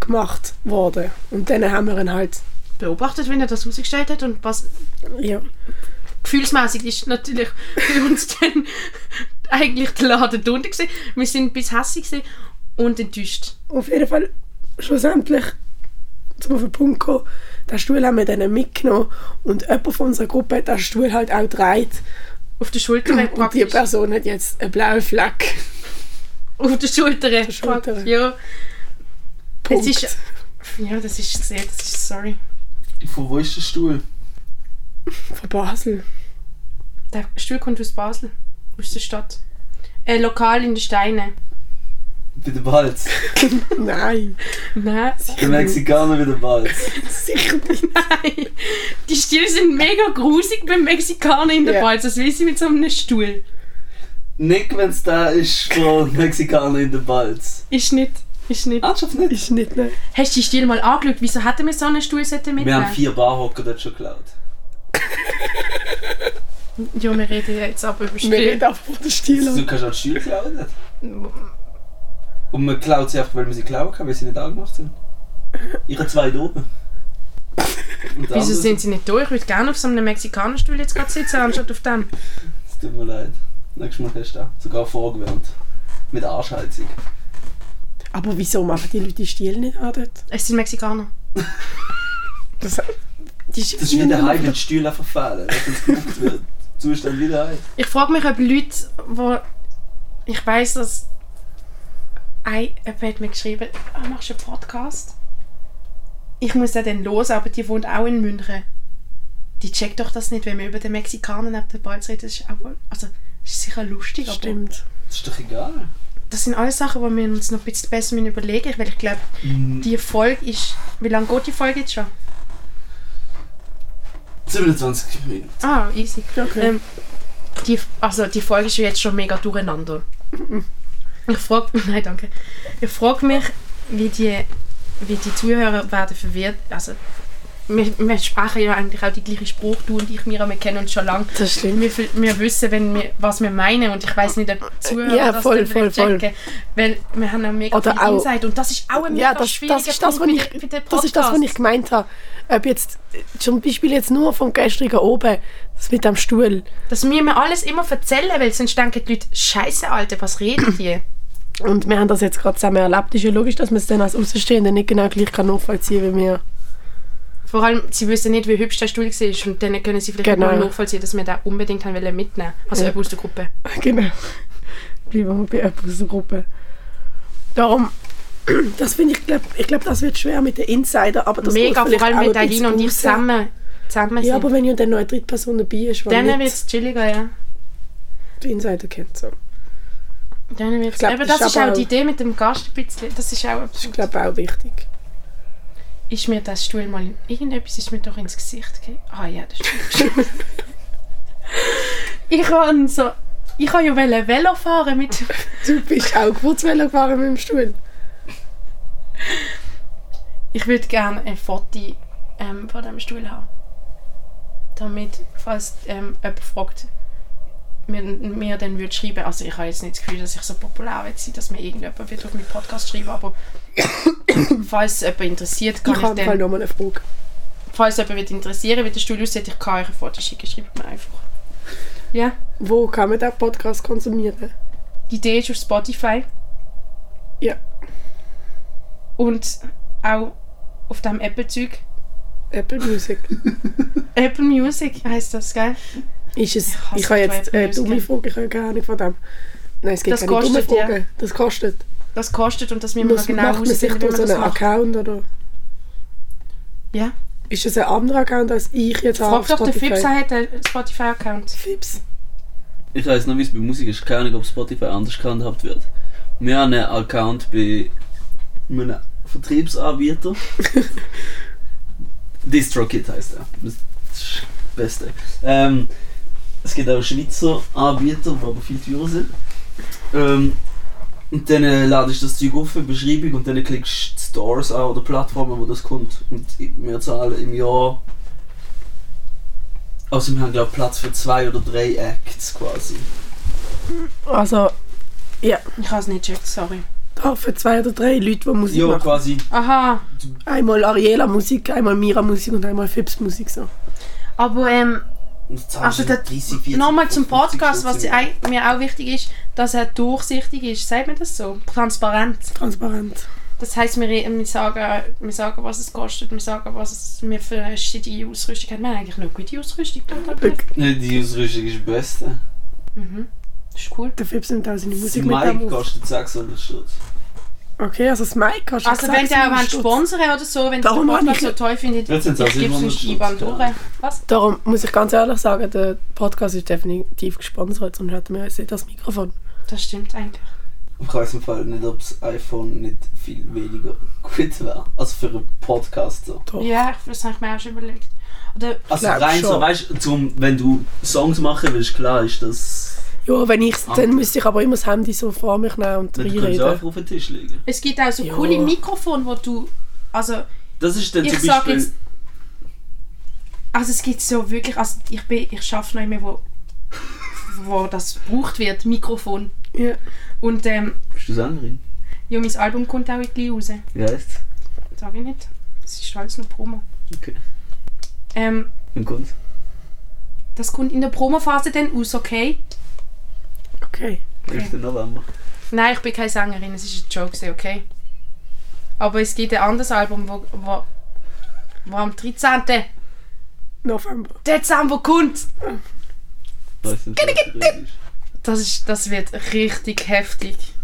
A: gemacht worden. Und dann haben wir ihn halt,
B: beobachtet, wenn er das rausgestellt hat und was
A: ja,
B: gefühlsmäßig ist natürlich für uns dann eigentlich der Laden drunter gewesen. Wir sind bis hässig gewesen und enttäuscht.
A: auf jeden Fall schlussendlich zum auf den Punkt gekommen, den Stuhl haben wir dann mitgenommen und jemand von unserer Gruppe hat den Stuhl halt auch gedreht
B: Auf der Schulter
A: und die
B: praktisch.
A: Person hat jetzt einen blauen Fleck.
B: Auf der Schulter.
A: Schulter.
B: praktisch, Ja.
A: Punkt.
B: Es ist, ja, das ist gesehen. Das ist sorry.
C: Von wo ist der Stuhl?
A: von Basel.
B: Der Stuhl kommt aus Basel. Aus der Stadt. Ein Lokal in den Steinen.
C: Bei der Balz.
A: Nein,
B: Nein.
C: Der Mexikaner bei der Balz.
A: sicher nicht.
B: Nein. Die Stühle sind mega grusig beim Mexikaner in der
A: Ja.
B: Balz. Das will sie mit so einem Stuhl.
C: Nicht, wenn es da ist, von Mexikaner in der Balz.
B: Ist nicht. Ist nicht.
A: Ah.
C: Ernsthaft nicht?
A: Ist nicht, nein.
B: Hast du die Stil mal angeschaut? Wieso hätten wir so einen Stuhl sollte
C: Wir haben
B: mitnehmen?
C: vier Barhocker dort schon geklaut.
B: Ja, wir reden ja jetzt aber über
A: Wir
B: Stühle.
A: reden einfach von der Stilo.
C: Du kannst auch die Stühle klauen. nicht? Und man klaut sie einfach, weil man sie klauen kann, weil sie nicht angemacht sind. Ich habe zwei da oben. Und
B: Wieso
C: andere-
B: sind sie nicht da? Ich würde gerne auf so einem Mexikanerstuhl jetzt gerade sitzen, anstatt auf dem.
C: Es tut mir leid. Nächstes Mal hast du auch. Sogar vorgewärmt. Mit Arschheizung.
A: Aber wieso machen die Leute die Stil nicht an dort?
B: Es sind Mexikaner.
A: Das, die
C: Das ist wie
B: genau.
C: daheim, wenn die Stühle einfach fehlen. Wenn es geguckt wird. Zustand wie daheim.
B: Ich frage mich, ob Leute, wo ich weiß, dass ein jemand hat mir geschrieben, ah, machst du einen Podcast? Ich muss den dann hören, aber die wohnt auch in München. Die checkt doch das nicht, wenn wir über den Mexikaner ab der Balz reden. Das ist auch wohl, also das ist sicher lustig, aber
A: Stimmt.
C: Das ist doch egal.
B: das sind alles Sachen, die wir uns noch ein bisschen besser müssen überlegen müssen, weil ich glaube, die Folge ist, wie lange geht die Folge jetzt schon?
C: 27 Minuten.
B: Ah, easy.
A: Okay.
B: Ähm, die, also die Folge ist ja jetzt schon mega durcheinander. Ich frage nein, danke. Ich frage mich, wie die, wie die Zuhörer werden verwirrt. Also, wir, wir sprechen ja eigentlich auch die gleiche Spruch, du und ich, Mira, wir kennen uns schon lange.
A: Das stimmt.
B: Wir, fü- wir wissen, wenn wir, was wir meinen und ich weiß nicht, ob die Zuhörer
A: Ja, voll,
B: dann
A: voll, voll.
B: checken. Weil wir haben auch mega
A: Oder
B: viel
A: auch-
B: Insight und das ist auch ein mega
A: Ja, das,
B: schwieriger
A: das, ist das, was
B: Punkt bei
A: ich,
B: den- bei den
A: das ist das, was ich
B: Podcasts.
A: gemeint habe. Ob jetzt, zum Beispiel jetzt nur vom gestrigen oben, das mit dem Stuhl.
B: Dass wir mir alles immer erzählen, weil sonst denken die Leute, scheiße, Alter, was reden die?
A: Und wir haben das jetzt gerade zusammen erlebt. Ist ja logisch, dass man es dann als Außenstehender nicht genau gleich kann nachvollziehen kann wie wir.
B: Vor allem, sie wissen nicht, wie hübsch der Stuhl war und dann können sie vielleicht
A: Genau.
B: nur nachvollziehen, dass wir den unbedingt haben wollen mitnehmen Also
A: Ja.
B: jemand aus der Gruppe.
A: Genau. Bleiben wir bei jemand aus der Gruppe. Darum, das finde ich, glaub, ich glaube, das wird schwer mit den Insider, aber das
B: Mega,
A: geht
B: vor
A: vielleicht
B: allem
A: auch
B: wenn
A: ein bisschen
B: Eileen und ich
A: raus.
B: zusammen, zusammen
A: Ja,
B: sind.
A: aber wenn ja dann noch eine Drittperson dabei ist, die
B: Dann
A: nicht
B: wird es chilliger, ja.
A: die Insider kennt. So.
B: Dann wird's.
A: Ich glaub,
B: aber
A: das
B: das
A: ist
B: ist
A: aber
B: auch die
A: auch-
B: Idee mit dem Gast ein bisschen. Das ist auch...
A: Ich glaube auch wichtig.
B: Ist mir das Stuhl mal... In, irgendetwas ist mir doch ins Gesicht gegangen. Ah ja, das stimmt. ich habe so... Ich wollte ja wollen Velo fahren mit...
A: Du bist auch Kurzwelle gefahren mit dem Stuhl.
B: Ich würde gerne ein Foto ähm, von diesem Stuhl haben. Damit, falls ähm, jemand fragt, mir, mir dann würde schreiben, also ich habe jetzt nicht das Gefühl, dass ich so populär will sein, dass mir irgendjemand wird auf meinen Podcast schreiben, aber falls jemand interessiert, kann
A: Ich habe
B: ich
A: mal
B: dann,
A: nochmal eine Frage.
B: falls jemand wird interessieren, wie der Stuhl aussieht, ich kann euch ein Foto schicken, schreibt mir einfach. Ja,
A: Wo kann man den Podcast konsumieren?
B: die Idee ist auf Spotify
A: Ja,
B: und auch auf dem Apple-Zeug.
A: Apple Music.
B: Apple Music heisst das, gell?
A: Ist es,
B: Ich hasse
A: ich habe jetzt
B: Apple
A: äh, dumme
B: Music.
A: Frage, ich habe keine Ahnung von dem. Nein, es gibt
B: Das
A: keine dumme
B: kostet, ja.
A: Fragen. Das kostet.
B: Das kostet und dass wir mal
A: Muss,
B: genau
A: macht man sich
B: herausfinden,
A: da
B: wie
A: so
B: man das
A: einen
B: macht.
A: Account oder
B: Ja.
A: ist es ein anderer Account als ich jetzt
B: Frag doch den Fips, er hat einen Spotify-Account.
A: Fips.
C: Ich weiß noch, wie es bei Musik ist. Keine Ahnung, ob Spotify anders gehandhabt wird. Wir haben einen Account bei einem Vertriebsanbieter. DistroKit heißt er. Das ist das Beste. Ähm, es gibt auch Schweizer Anbieter, die aber viel teurer sind. Ähm, und dann äh, ladest du das Zeug auf, eine Beschreibung, und dann klickst du die Stores an oder Plattformen, wo das kommt. Und wir zahlen im Jahr. Also, wir haben, glaube ich, Platz für zwei oder drei Acts quasi.
A: Also,
B: Ich habe es nicht gecheckt, sorry.
A: da für zwei oder drei Leute, die Musik
C: Ja,
A: machen.
C: quasi.
B: Aha,
A: Einmal Ariela Musik, einmal Mira Musik und einmal Fips Musik. So.
B: aber ähm, also der- nochmal zum Podcast, was
C: eigentlich.
B: eig- mir auch wichtig ist, dass er durchsichtig ist. Sagt man das so? Transparent.
A: Transparent.
B: Das heisst, wir, reden- wir, sagen, wir sagen, was es kostet, wir sagen, was es, wir für eine shitty Ausrüstung haben. Wir haben eigentlich noch gute Ausrüstung. dort, oder?
C: Nicht die Ausrüstung ist die beste.
B: Mhm. Das ist cool.
A: Der Fips nimmt auch seine
C: Das
A: Musik
C: Mic
A: mit auf.
C: kostet 600 Stutz.
A: Okay, also das Mic kostet
B: Also wenn ihr auch wollt
A: 600 Stutz.
B: sponsern oder so, wenn ihr
A: Darum
B: den
A: habe
B: Podcast
A: ich-
B: so toll findet,
C: Jetzt sind's auch
B: ich gebe
C: 700
B: uns einen IBAN
C: Stutz,
B: durch.
C: ja.
B: Was?
A: Darum muss ich ganz ehrlich sagen, der Podcast ist definitiv gesponsert, sonst hätten wir jetzt nicht das Mikrofon.
B: Das stimmt eigentlich.
C: Ich weiß im Fall nicht, ob das iPhone nicht viel weniger gut wäre. Also für einen Podcaster.
A: Doch.
B: Ja, das habe ich mir auch schon überlegt. Oder
C: Also
A: Glaub
C: rein so,
A: schon.
C: weißt du, zum- wenn du Songs machen willst, klar ist das.
A: Ja, wenn ich
C: Ah.
A: dann müsste ich aber immer das Handy so vor mich nehmen und
C: Dann kannst du
A: reinreden.
C: einfach auf den Tisch legen.
B: es gibt auch so
A: Ja.
B: coole Mikrofone, wo du. Also,
C: Das ist dann
B: Ich
C: zum
B: sag
C: Beispiel.
B: jetzt- also es gibt so wirklich. Also ich bin, ich schaffe noch immer, wo, wo das gebraucht wird, Mikrofon.
A: Ja.
B: Und ähm,
C: Bist du Sängerin?
B: ja, mein Album kommt auch irgendwie raus.
C: Wie heißt
B: Sag ich nicht. Es ist alles nur Promo.
C: Okay.
B: Ähm,
C: Im Kunst.
B: das kommt in der Promophase dann raus, okay?
A: Okay.
C: 1. November.
B: Nein, ich bin keine Sängerin, es ist ein Joke, okay? Aber es gibt ein anderes Album, wo, wo wo am 13.
A: November.
B: Dezember kommt.
C: Weiss nicht, was du redest.
B: Das, ist, das wird richtig heftig.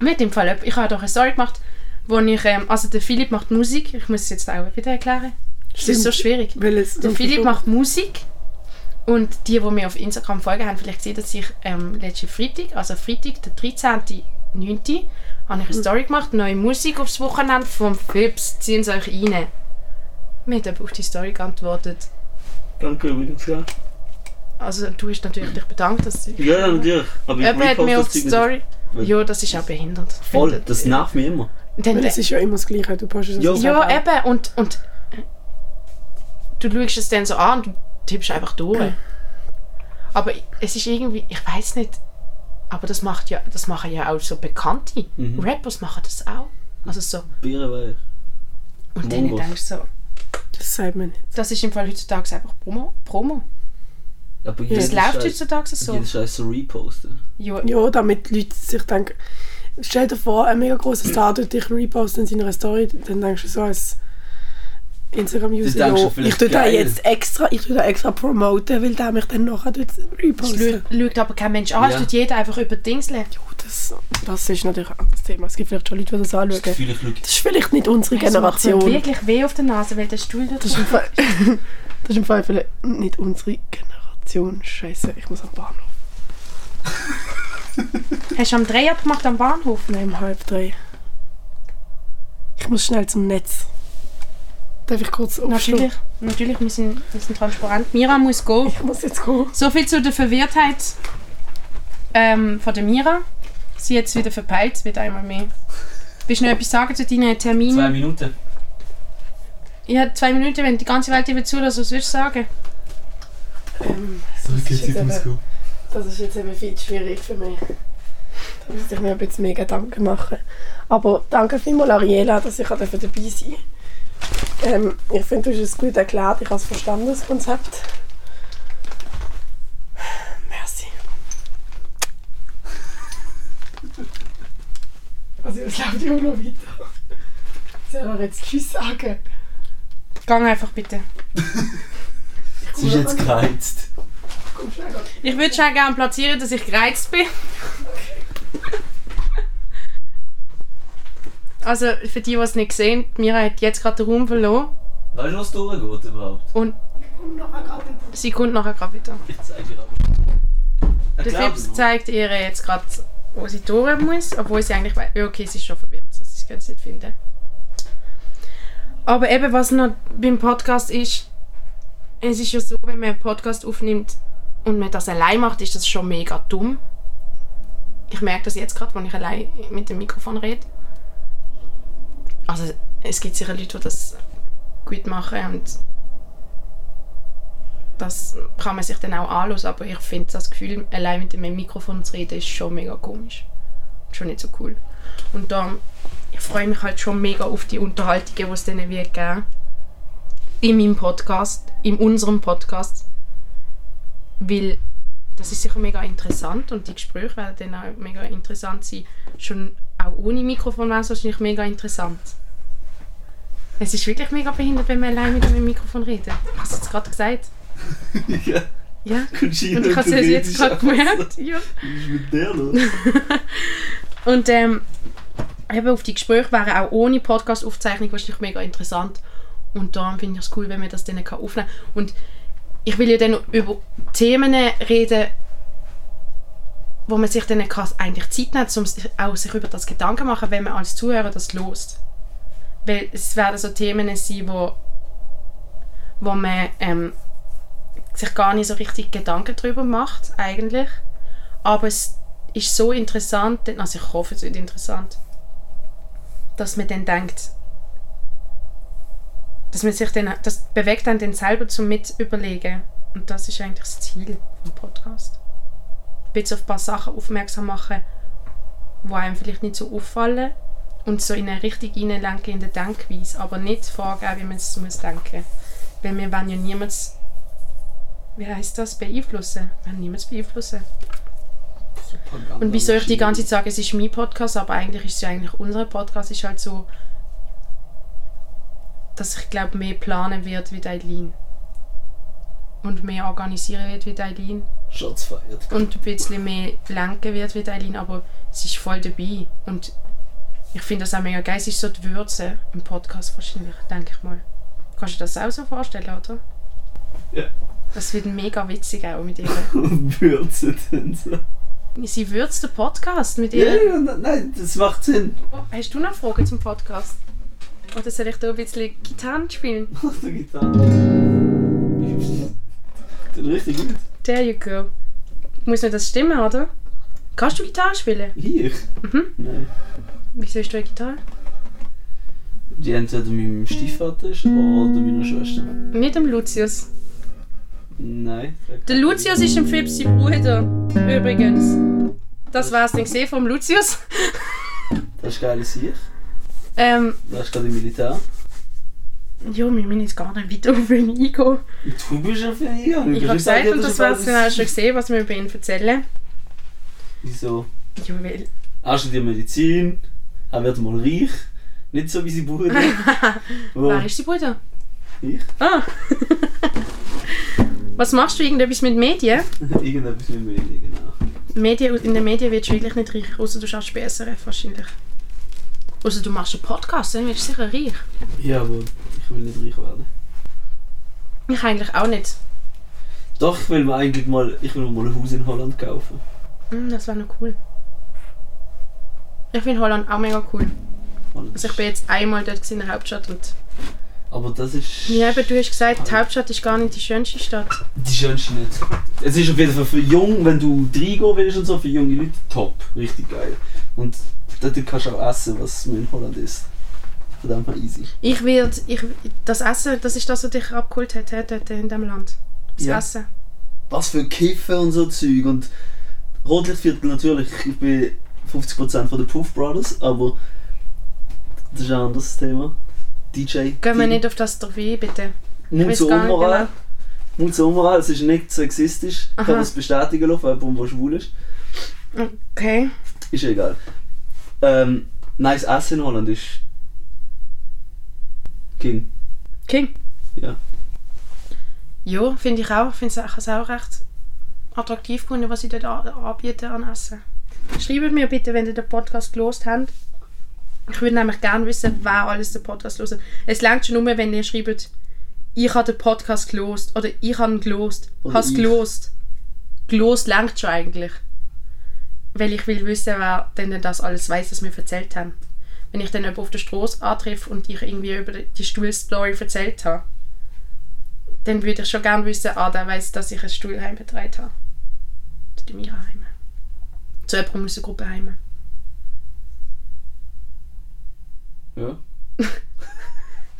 B: Mit dem Fall, ich habe doch eine Story gemacht, wo ich, ähm, also der Philipp macht Musik, ich muss es jetzt auch wieder erklären. Das ist so schwierig.
A: Weil es
B: Der Philipp macht Musik und die, die mir auf Instagram folgen, haben vielleicht gesehen, dass ich ähm, letzten Freitag, also Freitag, der 13.09., habe ich eine Story gemacht, neue Musik aufs Wochenende vom Fips, ziehen sie euch rein. Mir hat jemand auf die Story geantwortet.
C: Danke übrigens, ja.
B: Also du hast natürlich dich bedankt, dass du...
C: Ja, ja, natürlich. Aber ich
B: Jemand hat
C: reposte
B: mir auf
C: das
B: die
C: Zeug
B: Story...
C: Weil-
B: Ja, das ist auch behindert.
C: nicht. Voll, das nervt mich immer.
B: Dann,
A: Weil es ist ja immer das Gleiche. Du passt es
C: Ja.
A: nicht
B: ja,
A: an.
B: eben. Und, und du schaust es dann so an und du tippst einfach durch. Aber es ist irgendwie, ich weiß nicht, aber das, macht ja, das machen ja auch so Bekannte.
C: Mhm.
B: Rappers machen das auch. Also so.
C: Bierenweich.
B: Und dann
C: Mongos.
B: denkst du so,
A: Das sagt man nicht.
B: das ist im Fall heutzutage einfach Promo. Promo.
C: Aber
B: Das
C: jeden
B: läuft
C: Scheiß-
B: heutzutage so.
C: Jeden Scheiß so reposten.
B: Ja,
A: Ja, damit die Leute sich denken, stell dir vor, ein mega grosser Star tut dich reposten in seiner Story, dann denkst du so als Instagram-User,
C: Dann denkst du
A: ja, ich
C: vielleicht,
A: tue da
C: geil.
A: jetzt extra, ich tue da extra promoten, weil der mich dann nachher tut
B: das
A: reposten.
B: lü- lügt aber kein Mensch an. Es
C: Ja.
B: tut jeder einfach über die Dingsle.
A: Oh, Das, das ist natürlich ein anderes Thema. Es gibt vielleicht schon Leute, die das
C: Das
A: anschauen.
C: Gefühl, ich schaue
A: Das ist vielleicht nicht unsere
B: Es macht mir
A: Generation.
B: wirklich weh auf der Nase, weil der Stuhl dort
A: Das ist im Fall, das ist im Fall vielleicht nicht unsere Generation. Scheiße, ich muss am Bahnhof.
B: Hast du am Dreh abgemacht am Bahnhof?
A: Nein, um halb drei. Ich muss schnell zum Netz. Darf ich kurz aufschlagen?
B: Natürlich, natürlich, wir sind, wir sind transparent. Mira muss gehen.
A: Ich muss jetzt gehen.
B: So viel zu der Verwirrtheit ähm, von der Mira. Sie jetzt wieder verpeilt, es wird einmal mehr. Willst du noch etwas sagen zu deinen Terminen?
C: Zwei Minuten.
B: Ja, zwei Minuten, wenn die ganze Welt dir zulässt, was würdest du sagen?
C: So,
A: Ähm, Das geht's, ist ich jetzt muss eben- Das ist jetzt eben viel schwierig für mich. Da müsste ich mir jetzt mega Gedanken machen. Aber danke vielmals, Ariela, dass ich auch dabei sein durfte. ähm, Ich finde, du hast es gut erklärt. Ich habe es verstanden, das Konzept. Merci. Also, es läuft immer noch weiter. Soll ich jetzt Tschüss sagen?
B: Gang einfach bitte.
C: Es ist jetzt gereizt.
A: Komm schnell.
B: Ich würde schon gerne platzieren, dass ich gereizt bin. Also für die, die es nicht sehen, die Mira hat jetzt gerade den Raum verloren
C: Weißt du, was durchgeht überhaupt?
B: und sie kommt nachher gerade wieder.
C: Ich zeig dir aber.
B: Der
C: Erklär
B: Fips
C: mir.
B: zeigt ihr jetzt gerade, wo sie durch muss, obwohl sie eigentlich weiß, ja, okay, sie ist schon verwirrt, also sie kann es nicht finden. Aber eben, was noch beim Podcast ist, es ist ja so, wenn man einen Podcast aufnimmt und man das allein macht, ist das schon mega dumm. Ich merke das jetzt gerade, wenn ich allein mit dem Mikrofon rede. Also es gibt sicher Leute, die das gut machen und das kann man sich dann auch anhören, aber ich finde das Gefühl, allein mit dem Mikrofon zu reden, ist schon mega komisch. Schon nicht so cool. Und darum, ich freue mich halt schon mega auf die Unterhaltungen, die es dann wird geben. In meinem Podcast, in unserem Podcast. Weil das ist sicher mega interessant und die Gespräche werden dann auch mega interessant sein. Schon auch ohne Mikrofon wäre es wahrscheinlich mega interessant. Es ist wirklich mega behindert, wenn man allein mit dem Mikrofon redet. Ich habe es jetzt gerade gesagt.
C: Ja,
B: Ja.
C: Conchina,
B: Und ich habe
C: du
B: es jetzt
C: redest
B: gerade
C: einfach so.
B: gemerkt. Ja.
C: Was ist mit dir los?
B: Und ähm, eben auf die Gespräche wären auch ohne Podcast-Aufzeichnung wahrscheinlich mega interessant. Und darum finde ich es cool, wenn man das dann kann aufnehmen kann. Und ich will ja dann über Themen reden, wo man sich dann kann eigentlich Zeit nimmt, um sich- auch sich über das Gedanken zu machen, wenn man als Zuhörer das lost. Weil es werden so Themen sein, wo, wo man ähm, sich gar nicht so richtig Gedanken darüber macht, eigentlich. Aber es ist so interessant, denn- also ich hoffe, es wird interessant, dass man dann denkt, dass man sich dann, das bewegt dann den selber zum mit überlegen. Und das ist eigentlich das Ziel vom Podcast. Ein bisschen auf ein paar Sachen aufmerksam machen, die einem vielleicht nicht so auffallen und so in eine richtig hineinlenken in der Denkweise, aber nicht vorgeben, wie man es muss denken. Weil wir wollen ja niemals, wie heißt das, beeinflussen. Wir wollen niemals beeinflussen. Und wieso ich die ganze Zeit sage, es ist mein Podcast, aber eigentlich ist es ja eigentlich unser Podcast, ist halt so. dass ich glaube mehr planen wird wie die Eileen. Und mehr organisieren wird wie die Eileen.
C: Shots feiert.
B: Und ein bisschen mehr lenken wird wie die Eileen, aber sie ist voll dabei. Und ich finde das auch mega geil. Es ist so die Würze im Podcast wahrscheinlich, denke ich mal. Kannst du dir das auch so vorstellen, oder?
C: Ja.
B: Das wird mega witzig auch mit ihr.
C: Würze Tänzer.
B: Sie würzt den Podcast mit
C: Ja,
B: ihr.
C: ja, ne- nein, das macht Sinn.
B: Oh, hast du noch Fragen zum Podcast? Oder soll ich da ein bisschen Gitarren spielen?
C: Ach, du Gitarre. Den richtig gut.
B: There you go. Muss mir das stimmen, oder? Kannst du Gitarre spielen?
C: Hier?
B: Mhm.
C: Nein.
B: Wieso hast du eine Gitarre?
C: Die entweder mit meinem Stiefvater ist oder meiner Schwester.
B: Nicht dem Lucius.
C: Nein.
B: Der Lucius ist ein Fips, sein Bruder. Übrigens. Das war's nicht gesehen vom Lucius.
C: Das ist geil, sicher.
B: Ähm,
C: Das ist gerade im Militär.
B: ja, wir müssen jetzt gar nicht weiter auf ihn eingehen.
C: Du bist auf den Eingang.
B: Ich habe gesagt, und das war's dann auch schon gesehen, was wir über ihn erzählen.
C: Wieso?
B: Ja, weil.
C: Er studiert Medizin. Er wird mal reich. Nicht so wie sein Bruder. Wo-
B: Wer ist sein Bruder?
C: Ich?
B: Ah! Was machst du irgendetwas mit Medien?
C: Irgendetwas mit Medien, genau.
B: Medien in den Medien wirst du wirklich nicht reich, außer du schaffst bei SRF wahrscheinlich. Außer du machst einen Podcast, dann wirst du sicher reich.
C: Ja, aber ich will nicht reich werden.
B: Ich eigentlich auch nicht.
C: Doch, ich will mir eigentlich mal, ich will mir mal ein Haus in Holland kaufen.
B: Hm, das wäre noch cool. Ich finde Holland auch mega cool.
C: Holland
B: Also ich bin jetzt einmal dort gewesen in der Hauptstadt und...
C: Aber das ist
B: Ja, eben, du hast gesagt, die Hauptstadt ist gar nicht die schönste Stadt.
C: die schönste nicht. Es ist auf jeden Fall für jung, wenn du reingehen willst und so, für junge Leute top. Richtig geil. Und dort kannst du auch essen, was man in Holland isst. Verdammt mal easy.
B: Ich werde... Ich, das Essen, das ist das, was dich abgeholt hat, hä, dort in diesem Land. Das
C: Ja.
B: Essen.
C: Was für Kiffen und so Zeug. Und Rotlichtviertel natürlich, ich bin 50% von den Proof Brothers, aber das ist ein anderes Thema. DJ.
B: Gehen wir nicht auf das drauf ein, bitte.
C: Mund
B: weiß
C: zur
B: gar nicht
C: Unmoral.
B: genau.
C: Mund zur Unmoral, es ist nicht sexistisch. Ich kann
B: Aha.
C: das bestätigen lassen, weil jemand, der schwul ist.
B: Okay.
C: Ist ja egal. Ähm, nice Essen in Holland ist. King.
B: King.
C: Ja.
B: Ja, finde ich auch. Ich finde es auch recht attraktiv gefunden, was sie dort a- anbieten an Essen. Schreibt mir bitte, wenn ihr den Podcast gelost habt. Ich würde nämlich gerne wissen, wer alles den Podcast hört. Es langt schon nur, wenn ihr schreibt, ich habe den Podcast gelost oder ich habe ihn gelost.
C: Oder
B: Hast
C: ich.
B: gelost. Gelost langt schon eigentlich. Weil ich will wissen, wer denn das alles weiß, was wir erzählt haben. Wenn ich dann jemanden auf der Straße antreffe und ich irgendwie über die Stuhlstory erzählt habe, dann würde ich schon gerne wissen, ah, der weiß, dass ich ein Stuhlheim betreut habe. Zu dem Mira heim. Zu jemandem aus der Gruppe heim.
C: Ja.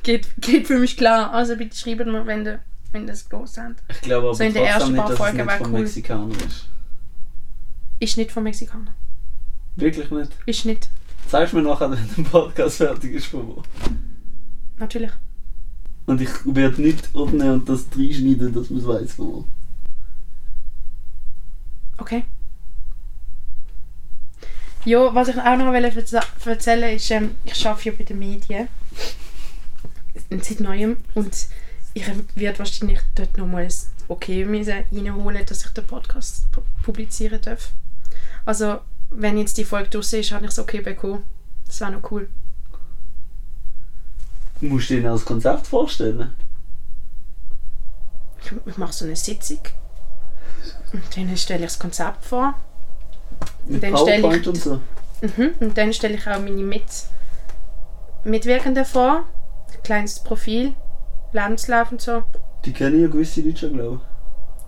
B: Geht, geht für mich klar. Also bitte schreibt mir, wenn ihr wenn ihr es groß habt.
C: Ich glaube aber
B: So in der ersten
C: trotzdem
B: paar
C: nicht, dass es
B: Folgen
C: nicht
B: war
C: von
B: cool.
C: Mexikanern ist.
B: Ist nicht von Mexikanern.
C: Wirklich nicht.
B: Ist nicht.
C: Zeigst du mir nachher, wenn der Podcast fertig ist von wo.
B: Natürlich.
C: Und ich werde nicht aufnehmen und das reinschneiden, dass man es weiss von wo.
B: Okay. Ja, was ich auch noch wollte verze- erzählen ist, ähm, ich arbeite ja bei den Medien. Seit neuem. Und ich werde wahrscheinlich dort nochmal ein Okay müssen reinholen, dass ich den Podcast pu- publizieren darf. Also, wenn jetzt die Folge draußen ist, habe ich das Okay bekommen. Das wäre noch cool.
C: Du musst dir das Konzept vorstellen.
B: Ich, ich mache so eine Sitzung. Und dann stelle ich das Konzept vor.
C: Mit
B: Dann stell ich-
C: PowerPoint und so.
B: Mhm. Und dann stelle ich auch meine Mit Mitwirkenden vor. Kleines Profil, Lebenslauf und so.
C: Die kennen ja gewisse Leute schon, glaube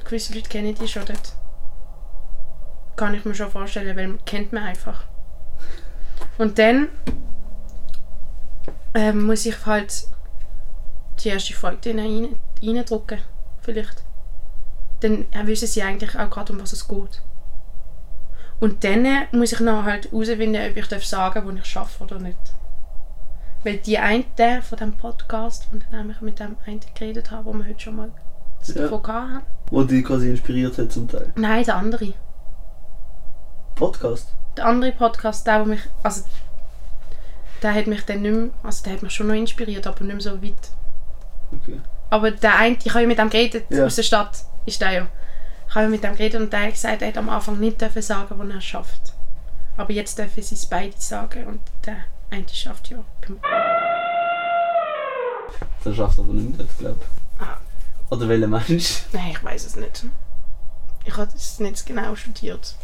B: Gewisse Leute kennen die schon dort. Kann ich mir schon vorstellen, weil man kennt man einfach. Und dann ähm, muss ich halt die erste Folge denen rein, reindrücken. Vielleicht. Dann wissen sie eigentlich auch gerade, um was es geht. Und dann äh, muss ich noch halt herausfinden, ob ich darf sagen wo ich arbeite oder nicht. Weil die eine von dem Podcast, von dem ich mit dem einen geredet habe, wo wir heute schon mal
C: ich. Ja.
B: davon gehabt haben,
C: Wo die quasi inspiriert hat zum Teil.
B: Nein, der andere.
C: Podcast.
B: Der andere Podcast, der, der mich. Also, der hat mich dann nicht mehr, also der hat mich schon noch inspiriert, aber nicht mehr so weit.
C: Okay.
B: Aber der eine, ich habe ja mit dem geredet,
C: Ja.
B: aus der Stadt ist der ja. Ich habe ja mit dem geredet und der hat gesagt, er hat am Anfang nicht dürfen sagen, was er schafft. Aber jetzt dürfen sie es beide sagen und der eine schafft ja.
C: Der schafft aber nicht mehr, glaube
B: Ah.
C: ich. Oder welcher Mensch?
B: Nein, ich weiß es nicht. Ich habe es nicht genau studiert.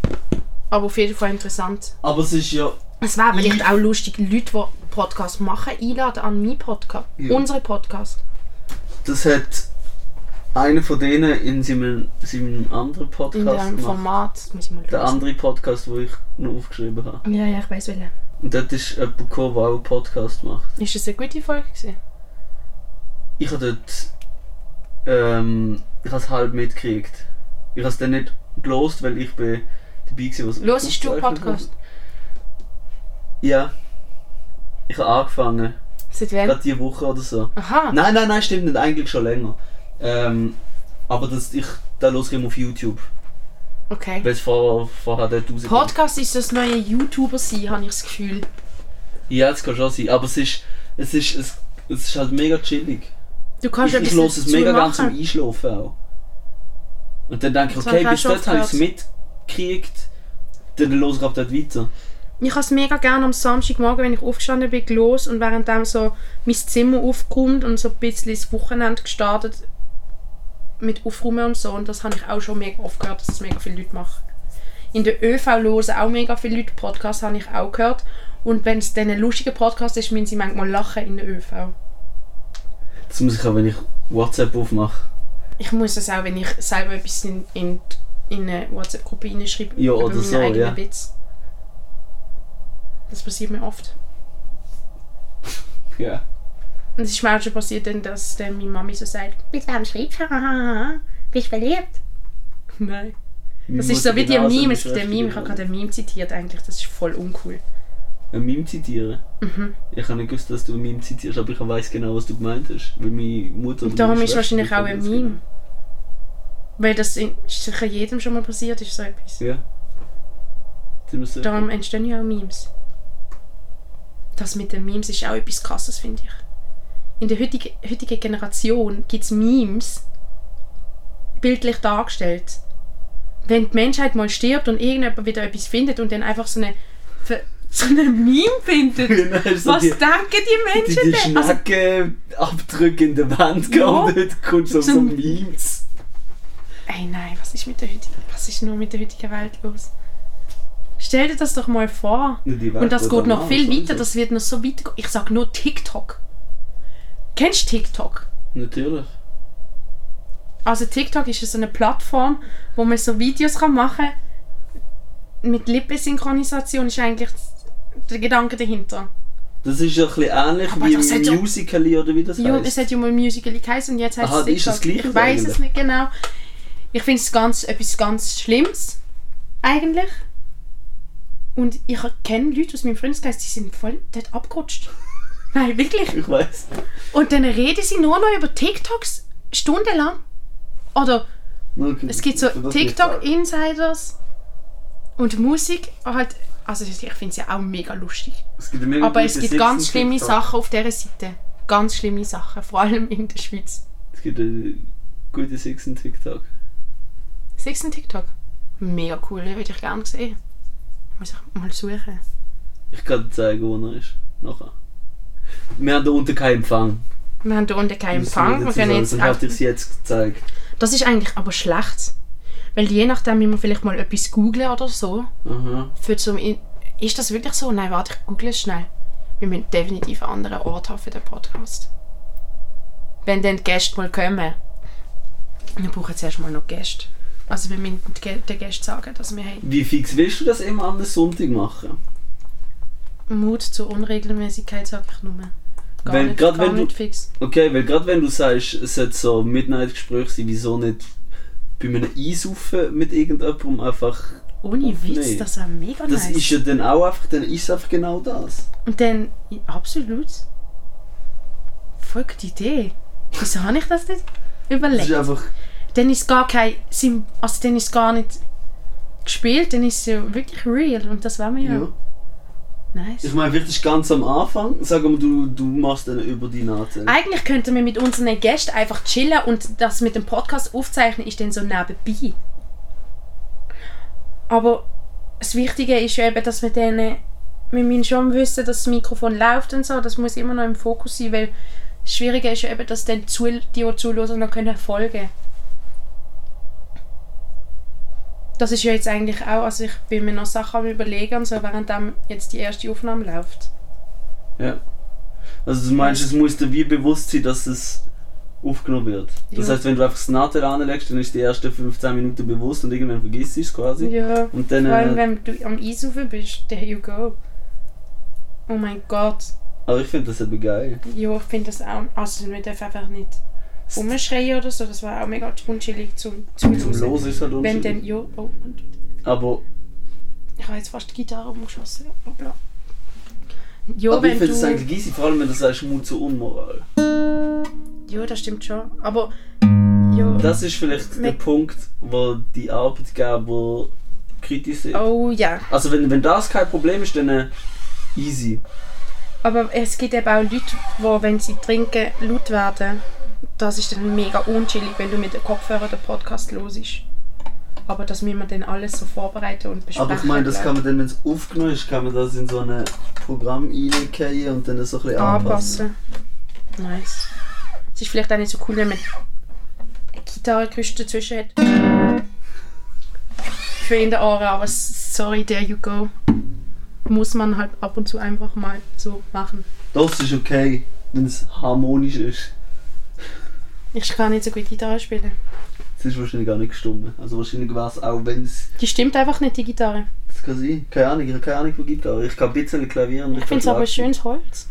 B: Aber auf jeden Fall interessant.
C: Aber es ist ja.
B: Es wäre vielleicht auch lustig, Leute, die Podcasts machen, einladen an meinen Podcast.
C: Ja.
B: Unsere Podcast.
C: Das hat einer von denen in seinem, seinem anderen
B: In
C: Podcast
B: dem
C: gemacht.
B: Format. Das muss ich mal
C: Der
B: schauen.
C: andere Podcast, wo ich noch aufgeschrieben habe.
B: Ja, ja, ich weiß welchen.
C: Und dort ist jemand gekommen, der auch einen Podcast macht.
B: Ist das eine gute Folge? Gewesen?
C: Ich habe dort. Ähm, ich habe es halb mitgekriegt. Ich habe es dann nicht gelost, weil ich bin dabei war. was
B: Hörst du
C: aufgezeichnet
B: Podcast?
C: wurde. Ja. Ich habe angefangen.
B: Seit wann?
C: Gerade diese Woche oder so.
B: Aha.
C: Nein, nein, nein, stimmt nicht. Eigentlich schon länger. Ähm, aber das, ich, da los ich immer auf YouTube.
B: Okay.
C: Weil es vor, halt vorher dort rauskommt.
B: Podcast ist das neue YouTuber sein, habe ich das Gefühl.
C: Ja, das kann schon sein. Aber es ist, es ist, es, es ist halt mega chillig.
B: Du kannst
C: Ich, ich höre es
B: dazu
C: mega gern zum
B: machen.
C: Einschlafen auch. Und dann denke ich,
B: Das
C: okay,
B: habe ich
C: bis
B: auch schon
C: dort habe ich es
B: oft
C: mitgekriegt. Dann los ich ab dort weiter.
B: Ich habe es mega gerne am Samstagmorgen, wenn ich aufgestanden bin, los und währenddem so mein Zimmer aufgeräumt und so ein bisschen das Wochenende gestartet mit Aufräumen und so. Und das habe ich auch schon mega oft gehört, dass es mega viele Leute machen. In der ÖV hören auch mega viele Leute Podcasts, habe ich auch gehört. Und wenn es dann ein lustiger Podcast ist, müssen sie manchmal lachen in der ÖV.
C: Das muss ich auch, wenn ich WhatsApp aufmache.
B: Ich muss das auch, wenn ich selber etwas in, in, in eine WhatsApp-Gruppe reinschreibe.
C: Ja,
B: über
C: oder
B: meinen
C: so,
B: eigenen
C: ja.
B: Witz. Das passiert mir oft.
C: Ja.
B: Und es ist mir auch schon passiert, dann, dass dann meine Mami so sagt,
D: Mit wem schreibst du? Bist du verliebt?
B: nein. Das ist so wie die Meme, es gibt ein Meme, ich habe gerade ein Meme zitiert eigentlich, das ist voll uncool.
C: Ein Meme zitieren?
B: Mhm.
C: Ich habe nicht gewusst, dass du ein Meme zitierst, aber ich weiß genau, was du gemeint hast. Weil meine Mutter
B: Und darum
C: Also meine
B: ist
C: Schwester
B: wahrscheinlich auch ein
C: wissen das
B: Meme. Weil das in- ist sicher jedem schon mal passiert, ist so etwas.
C: Genau. Ja. Sind wir sicher?
B: Darum entstehen ja auch Memes. Das mit den Memes ist auch etwas krasses, finde ich. In der heutigen, heutigen Generation gibt es Memes, bildlich dargestellt. Wenn die Menschheit mal stirbt und irgendjemand wieder etwas findet und dann einfach so eine, ver- so eine Meme findet,
C: Dann hast du
B: was
C: die,
B: denken die
C: die,
B: Menschen
C: die
B: denn? Also,
C: Schneckenabdrücke in der Wand
B: Ja.
C: gelandet, kommst auf
B: So
C: so
B: ein-
C: Memes.
B: ey nein, was ist, mit der heutigen, was ist nur mit der heutigen Welt los? Stell dir das doch mal vor. Und das geht noch viel weiter, das wird noch so weitergehen. Ich sag nur TikTok. Kennst du TikTok?
C: Natürlich.
B: Also TikTok ist ja so eine Plattform, wo man so Videos kann machen kann. Mit Lippensynchronisation ist eigentlich der Gedanke dahinter.
C: Das ist ja ein bisschen ähnlich
B: Aber das hat
C: wie
B: ja-
C: Musical.ly oder wie das
B: Ja,
C: heißt.
B: es hat ja mal Musical.ly geheißen und jetzt heißt
C: Aha,
B: es TikTok.
C: ist das Gleiche
B: ich weiß
C: eigentlich?
B: es nicht genau. Ich finde es ganz, etwas ganz Schlimmes. Eigentlich. Und ich kenne Leute aus meinem Freundeskreis, die sind voll dort abgerutscht. Nein, wirklich.
C: ich weiß.
B: Und dann reden sie nur noch über TikToks stundenlang. Oder
C: Okay.
B: es gibt so
C: Das ist nicht
B: TikTok-Insiders und Musik. Halt, also ich finde es ja auch mega lustig.
C: Es gibt mega
B: Aber es
C: gute
B: gibt ganz
C: Sitz-
B: schlimme
C: TikTok.
B: Sachen auf dieser Seite. Ganz schlimme Sachen, vor allem in der Schweiz.
C: Es gibt äh, gute Six in TikTok.
B: Siehst du einen TikTok? Mega cool, den würde ich gerne sehen. Muss ich mal suchen.
C: Ich kann dir zeigen, wo er ist. Nachher. Wir haben da unten keinen Empfang.
B: Wir haben hier unten keinen Empfang. Wir
C: Müssen
B: können jetzt
C: dazu sagen, Sonst hätte
B: auch,
C: ich es jetzt gezeigt.
B: das ist eigentlich aber schlecht. Weil je nachdem müssen wir vielleicht mal etwas googlen oder so.
C: Aha.
B: für zum In ist das wirklich so? Nein, warte, ich google es schnell. Wir müssen definitiv einen anderen Ort haben für den Podcast. Wenn dann die Gäste mal kommen. Wir brauchen zuerst mal noch Gäste. Also wir müssen den Gä- den Gästen sagen, dass wir haben
C: Wie fix willst du das immer am Sonntag machen?
B: Mut zur Unregelmäßigkeit, sage ich nur. Gar
C: Wenn-
B: nicht,
C: gerade
B: gar
C: wenn du-
B: nicht fix.
C: Okay, weil gerade wenn du sagst, es sollte so Midnight-Gespräch sein, wieso nicht bei einem Einsaufen mit irgendjemandem Um einfach.
B: Ohne
C: Uff,
B: Witz,
C: nee.
B: das wäre mega
C: Das
B: nice.
C: ist ja dann auch einfach, dann ist es einfach genau das.
B: Und dann, absolut. Voll gute Idee. Wieso habe ich das nicht
C: Das
B: überlegt?
C: ist einfach.
B: dann ist gar kein Sim also dann ist gar nicht gespielt, dann ist es ja wirklich real und das wollen wir ja.
C: Ja.
B: Nice.
C: Ich meine, vielleicht ist ganz am Anfang, sagen wir, du, du machst dann über die Nase.
B: Eigentlich könnten wir mit unseren Gästen einfach chillen und das mit dem Podcast aufzeichnen ist dann so nebenbei. Aber das Wichtige ist ja eben, dass wir denen, wir müssen schon wissen, dass das Mikrofon läuft und so, das muss immer noch im Fokus sein, weil das Schwierige ist ja eben, dass dann die Zuh- die, die zuhören, noch können folgen Das ist ja jetzt eigentlich auch, also ich bin mir noch Sachen am überlegen und so, während dann jetzt die erste Aufnahme läuft.
C: Ja. Also du meinst, es muss dir wie bewusst sein, dass es aufgenommen wird. Das
B: Ja.
C: heißt, wenn du einfach das Nadel anlegst, dann ist die ersten 15 Minuten bewusst und irgendwann vergisst du es quasi.
B: Ja.
C: Und dann,
B: Vor allem,
C: äh,
B: wenn du am Eisufer bist, there you go. Oh mein Gott.
C: äh, aber ich finde das eben geil.
B: Ja, ich finde das auch. Also, wir dürfen einfach nicht rumschreien oder so. Das war auch mega unschillig zum
C: Zum
B: Zuhören.
C: Los ist halt
B: Wenn dann,
C: unschuldig.
B: ja, oh, und
C: Aber,
B: ich habe jetzt fast die Gitarre umgeschossen. Hoppla. Ja,
C: aber ich
B: wenn
C: finde das
B: du.
C: eigentlich easy, vor allem wenn du sagst, Mut zur Unmoral.
B: Ja, das stimmt schon. Aber. Ja.
C: Das ist vielleicht der
B: Mit-
C: Punkt, wo die Arbeitgeber kritisch sind.
B: Oh ja.
C: Also wenn, wenn das kein Problem ist, dann äh, easy.
B: Aber es gibt eben auch Leute, die, wenn sie trinken, laut werden. Das ist dann mega unschillig, wenn du mit den Kopfhörern den Podcast hörst. Aber das müssen wir dann alles so vorbereiten und besprechen.
C: Aber ich meine, das
B: glaub.
C: kann man dann, wenn es aufgenommen ist, kann man das in so ein Programm reinkehren und dann das so ein bisschen anpassen.
B: anpassen. Nice. Es ist vielleicht auch nicht so cool, wenn man Gitarrengerüste dazwischen hat. Für in den Ohren, aber s- sorry, there you go. Muss man halt ab und zu einfach mal so machen.
C: Das ist okay, wenn es harmonisch ist.
B: Ich kann nicht so gut Gitarre spielen.
C: Es ist wahrscheinlich gar nicht gestummen. Also wahrscheinlich wäre es auch, wenn es...
B: Die stimmt einfach nicht, die Gitarre.
C: Das kann sein. Keine Ahnung, ich habe keine Ahnung von Gitarre. Ich kann ein bisschen Klavier und
B: Ich finde es
C: kann
B: aber ein
C: Schlagzeug.
B: schönes Holz.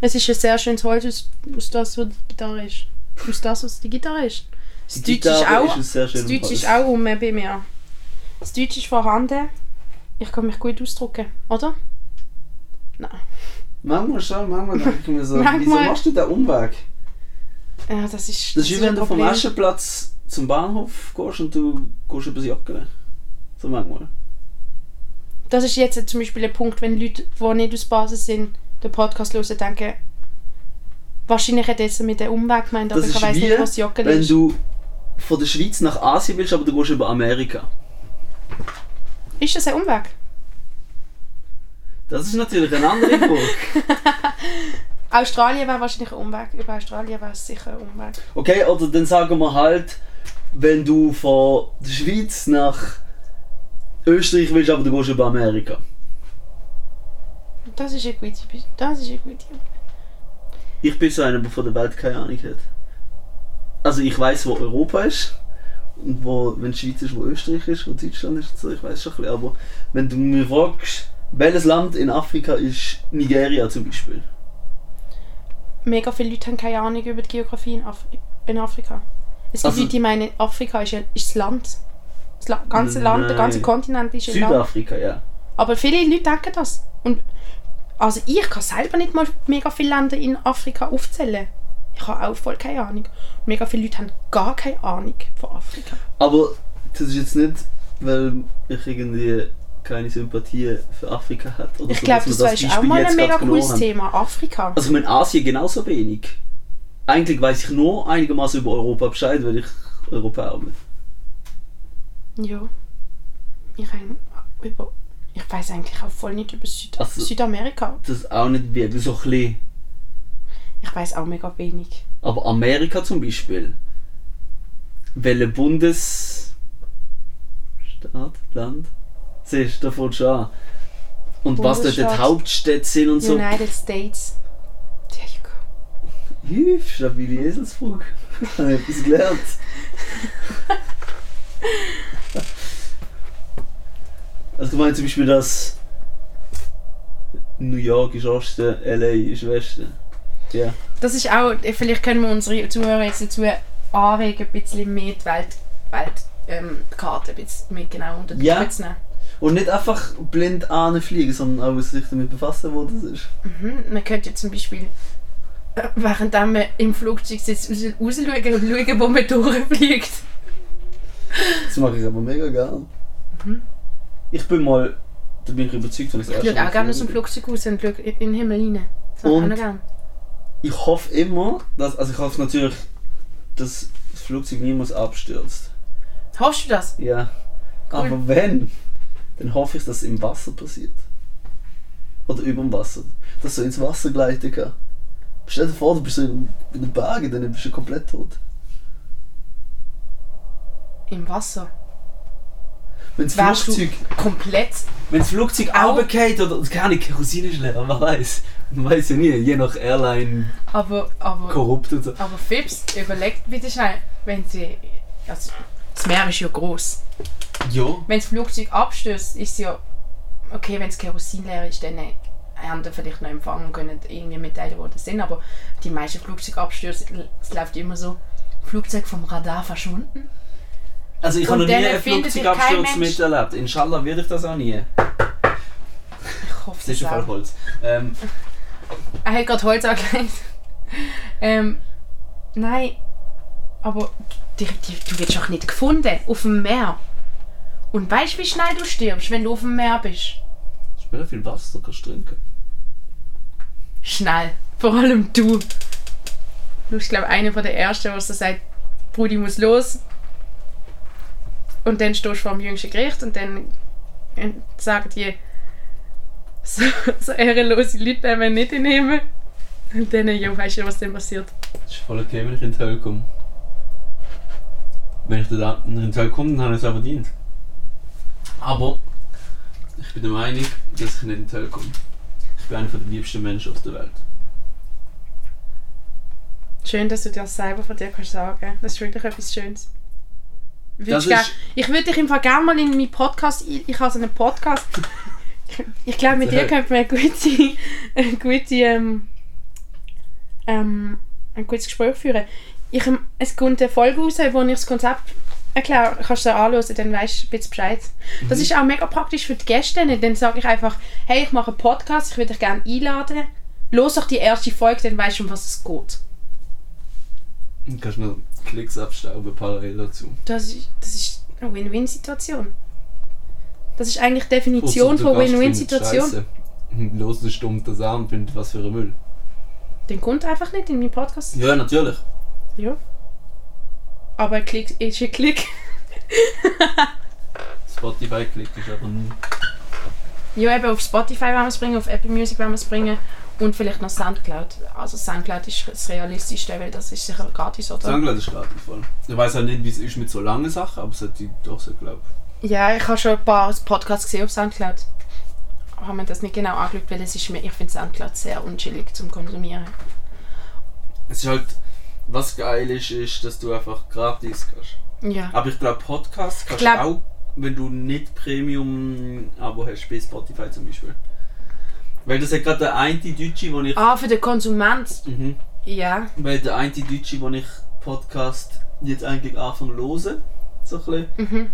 B: Es ist ein sehr schönes Holz, aus, aus das, was die Gitarre ist. Aus das, was die Gitarre ist. Das
C: Die
B: Deutsch ist
C: Gitarre
B: auch
C: ein sehr
B: Das
C: schönes
B: Deutsch ist
C: Holz.
B: auch um bei mir. Das Deutsch ist vorhanden. Ich kann mich gut ausdrücken, oder? Nein.
C: Manchmal schon, manchmal denke ich mir so,
B: Manchmal-
C: wieso machst du den Umweg?
B: Ja, das ist.
C: Das ist wie
B: ein
C: wenn du vom
B: Problem.
C: Aschenplatz zum Bahnhof gehst und du gehst übers Joggen. So manchmal.
B: Das ist jetzt zum Beispiel ein Punkt, wenn Leute, die nicht aus Basel sind, den Podcast hören, denken, wahrscheinlich hat jetzt mit dem Umweg gemeint, aber
C: Das
B: ich
C: ist
B: weiß
C: wie,
B: nicht, was Joggen
C: wenn
B: ist.
C: du von der Schweiz nach Asien willst, aber du gehst über Amerika.
B: Ist das ein Umweg?
C: Das ist natürlich eine andere Burg.
B: Australien wäre wahrscheinlich ein Umweg. Über Australien wäre es sicher ein Umweg.
C: Okay, oder dann sagen wir halt, wenn du von der Schweiz nach Österreich willst, aber du gehst über Amerika.
B: Das ist eine gute. Das ist eine gute.
C: Ich bin so einer, der von der Welt keine Ahnung hat. Also ich weiß, wo Europa ist und wo, wenn die Schweiz ist, wo Österreich ist, wo Deutschland ist und so, ich weiß schon ein bisschen. Aber wenn du mir fragst, welches Land in Afrika ist Nigeria zum Beispiel?
B: mega viele Leute haben keine Ahnung über die Geografie in, Af in Afrika. Es gibt
C: Also-
B: Leute, die meinen, Afrika ist, ein, ist das Land. Das La ganze Land, der ganze
C: Nein.
B: Kontinent ist ein Land.
C: Südafrika, ja.
B: Aber viele Leute denken das. Und also ich kann selber nicht mal mega viele Länder in Afrika aufzählen. Ich habe auch voll keine Ahnung. Mega viele Leute haben gar keine Ahnung von Afrika.
C: Aber das ist jetzt nicht, weil ich irgendwie keine Sympathie für Afrika hat. Oder
B: Ich
C: so,
B: glaube,
C: Also dass
B: das war
C: wir
B: auch
C: Beispiel
B: mal
C: jetzt
B: ein mega
C: gerade genommen
B: cooles
C: haben.
B: Thema. Afrika.
C: Also ich meine, Asien genauso wenig. Eigentlich weiß ich nur einigermaßen über Europa Bescheid, weil ich Europäer bin.
B: Ja. Ich, habe über, ich weiß eigentlich auch voll nicht über Süd
C: Also-
B: Südamerika.
C: Das ist auch nicht wirklich so klein.
B: Ich weiß auch mega wenig.
C: Aber Amerika zum Beispiel. Welcher Bundes. Staat, Land? Siehst du, da fängt schon an. Und was dort die
B: Bundesstaat.
C: Hauptstädte sind und so.
B: United States. There you go.
C: Hüf, stabile Eselsbrücke. Ich habe etwas gelernt. Also ich meine zum Beispiel, dass New York ist Osten, LA ist Westen. Ja.
B: Das ist auch, eh, vielleicht können wir unsere Zuhörer jetzt dazu anregen, ein bisschen mehr die Welt, Welt ähm, die Karte ein bisschen mehr genau unter die
C: Ja.
B: Lupe zu nehmen.
C: Und nicht einfach blind anfliegen, sondern auch sich damit befassen, wo das ist.
B: Mhm. Man könnte ja zum Beispiel, äh, während man im Flugzeug sitzt, raus- rausschauen und schauen, wo man durchfliegt.
C: Das mache ich aber mega gern. Ich bin mal Da bin ich überzeugt, wenn ich
B: Mhm. Ich würde auch gerne aus dem Flugzeug raus und schaue in in den Himmel rein. Das würde ich auch
C: Und?
B: noch gerne.
C: Ich hoffe immer, dass, also ich hoffe natürlich, dass das Flugzeug niemals abstürzt.
B: Hoffst du das?
C: Ja. Aber wenn, dann hoffe ich, dass es im Wasser passiert. Oder über dem Wasser. Dass du ins Wasser gleiten kann. Stell dir vor, du bist so in, in den Bergen, dann bist du komplett tot.
B: Im Wasser.
C: Wenn das
B: Wärst
C: Flugzeug,
B: du komplett.
C: wenn das Flugzeug
B: Au.
C: runtergeht oder keine Kerosin ist leer, man weiß. Man weiß ja nie, je nach Airline
B: Aber, aber,
C: korrupt und so.
B: aber Fips, überleg bitte schnell, wenn sie. Also, das Meer ist ja groß.
C: Ja.
B: Wenn das Flugzeug abstößt, ist es ja. Okay, wenn es Kerosin leer ist, dann äh, haben da vielleicht noch empfangen können, irgendwie mitteilen, wo das sind. Aber die meisten Flugzeugabstürze, es läuft immer so: Flugzeug vom Radar verschwunden.
C: Also ich
B: Und
C: habe noch nie
B: dann
C: einen
B: findet sich kein
C: Flugzeugabsturz
B: Mensch.
C: miterlebt. Inshallah würde ich das auch nie.
B: Ich hoffe,
C: Das ist auf jeden Fall
B: auch.
C: Holz. Ähm,
B: Er hat gerade Holz angelegt. ähm, nein, aber die, die, du wirst auch nicht gefunden auf dem Meer. Und weißt du, wie schnell du stirbst, wenn du auf dem Meer bist?
C: spielt viel Wasser, kannst du trinken.
B: Schnell. Vor allem du. Du bist, glaube ich, einer von der Ersten, der so sagt, Brudi muss los. Und dann stehst du vor dem jüngsten Gericht und dann äh, sagen die, so, so ehrenlose Leute werden wir nicht hinnehmen. Und dann, ja, weißt du, was dann passiert.
C: Das ist voll okay, wenn ich in die Hölle komme. Wenn ich dann in die Hölle komme, dann habe ich es auch verdient. Aber ich bin der Meinung, dass ich nicht in die Hölle komme. Ich bin einer der liebsten Menschen auf der Welt.
B: Schön, dass du das selber von dir kannst sagen. Das ist wirklich etwas Schönes.
C: Das
B: Würdest gern-
C: ist-
B: ich würde dich im Fall gerne mal in meinen Podcast. ein- Ich habe so einen Podcast. Ich- Ich glaube, mit dir könnte man eine gute, eine gute, ähm, ähm, ein gutes Gespräch führen. Ich, ähm, es kommt eine Folge raus, wo ich das Konzept erkläre. Kannst du dir anhören, dann weißt du ein bisschen Bescheid.
C: Mhm.
B: Das ist auch mega praktisch für die Gäste. Dann sage ich einfach, hey, ich mache einen Podcast, ich würde dich gerne einladen. Los doch die erste Folge, dann weißt du, um was es geht.
C: Und kannst noch Klicks abstauben parallel dazu.
B: Das ist, das ist eine Win-Win-Situation. Das ist eigentlich die Definition
C: Ausser der
B: von
C: Gast
B: Win-Win-Situation.
C: findet Scheiße. Und los eine Stunde das an und findet was für ein Müll.
B: Den kommt einfach nicht in meinen Podcast.
C: Ja, natürlich.
B: Ja. Aber ein Klick ist ein Klick.
C: Spotify-Klick ist aber nie.
B: Ja, eben auf Spotify werden wir es bringen, auf Apple Music werden wir es bringen und vielleicht noch Soundcloud. Also Soundcloud ist das Realistischste, weil das ist sicher gratis, oder?
C: Sangler ist gerade voll. Ich weiß auch nicht, wie es ist mit so langen Sachen, aber es hat die doch so geglaubt.
B: Ja, ich habe schon ein paar Podcasts gesehen auf Soundcloud. Aber habe mir das nicht genau angeschaut, weil es ist mir, ich finde Soundcloud sehr unschillig zum Konsumieren.
C: Es ist halt, was geil ist, ist, dass du einfach gratis kannst.
B: Ja.
C: Aber ich glaube, Podcasts kannst
B: glaub-
C: auch, wenn du nicht Premium-Abo hast, bei Spotify zum Beispiel. Weil das hat gerade der eine Deutsche, wo ich.
B: Ah, für den Konsument.
C: Mhm.
B: Ja.
C: Weil der eine Deutsche, wo ich Podcast jetzt eigentlich anfangen lose, so ein bisschen,
B: Mhm.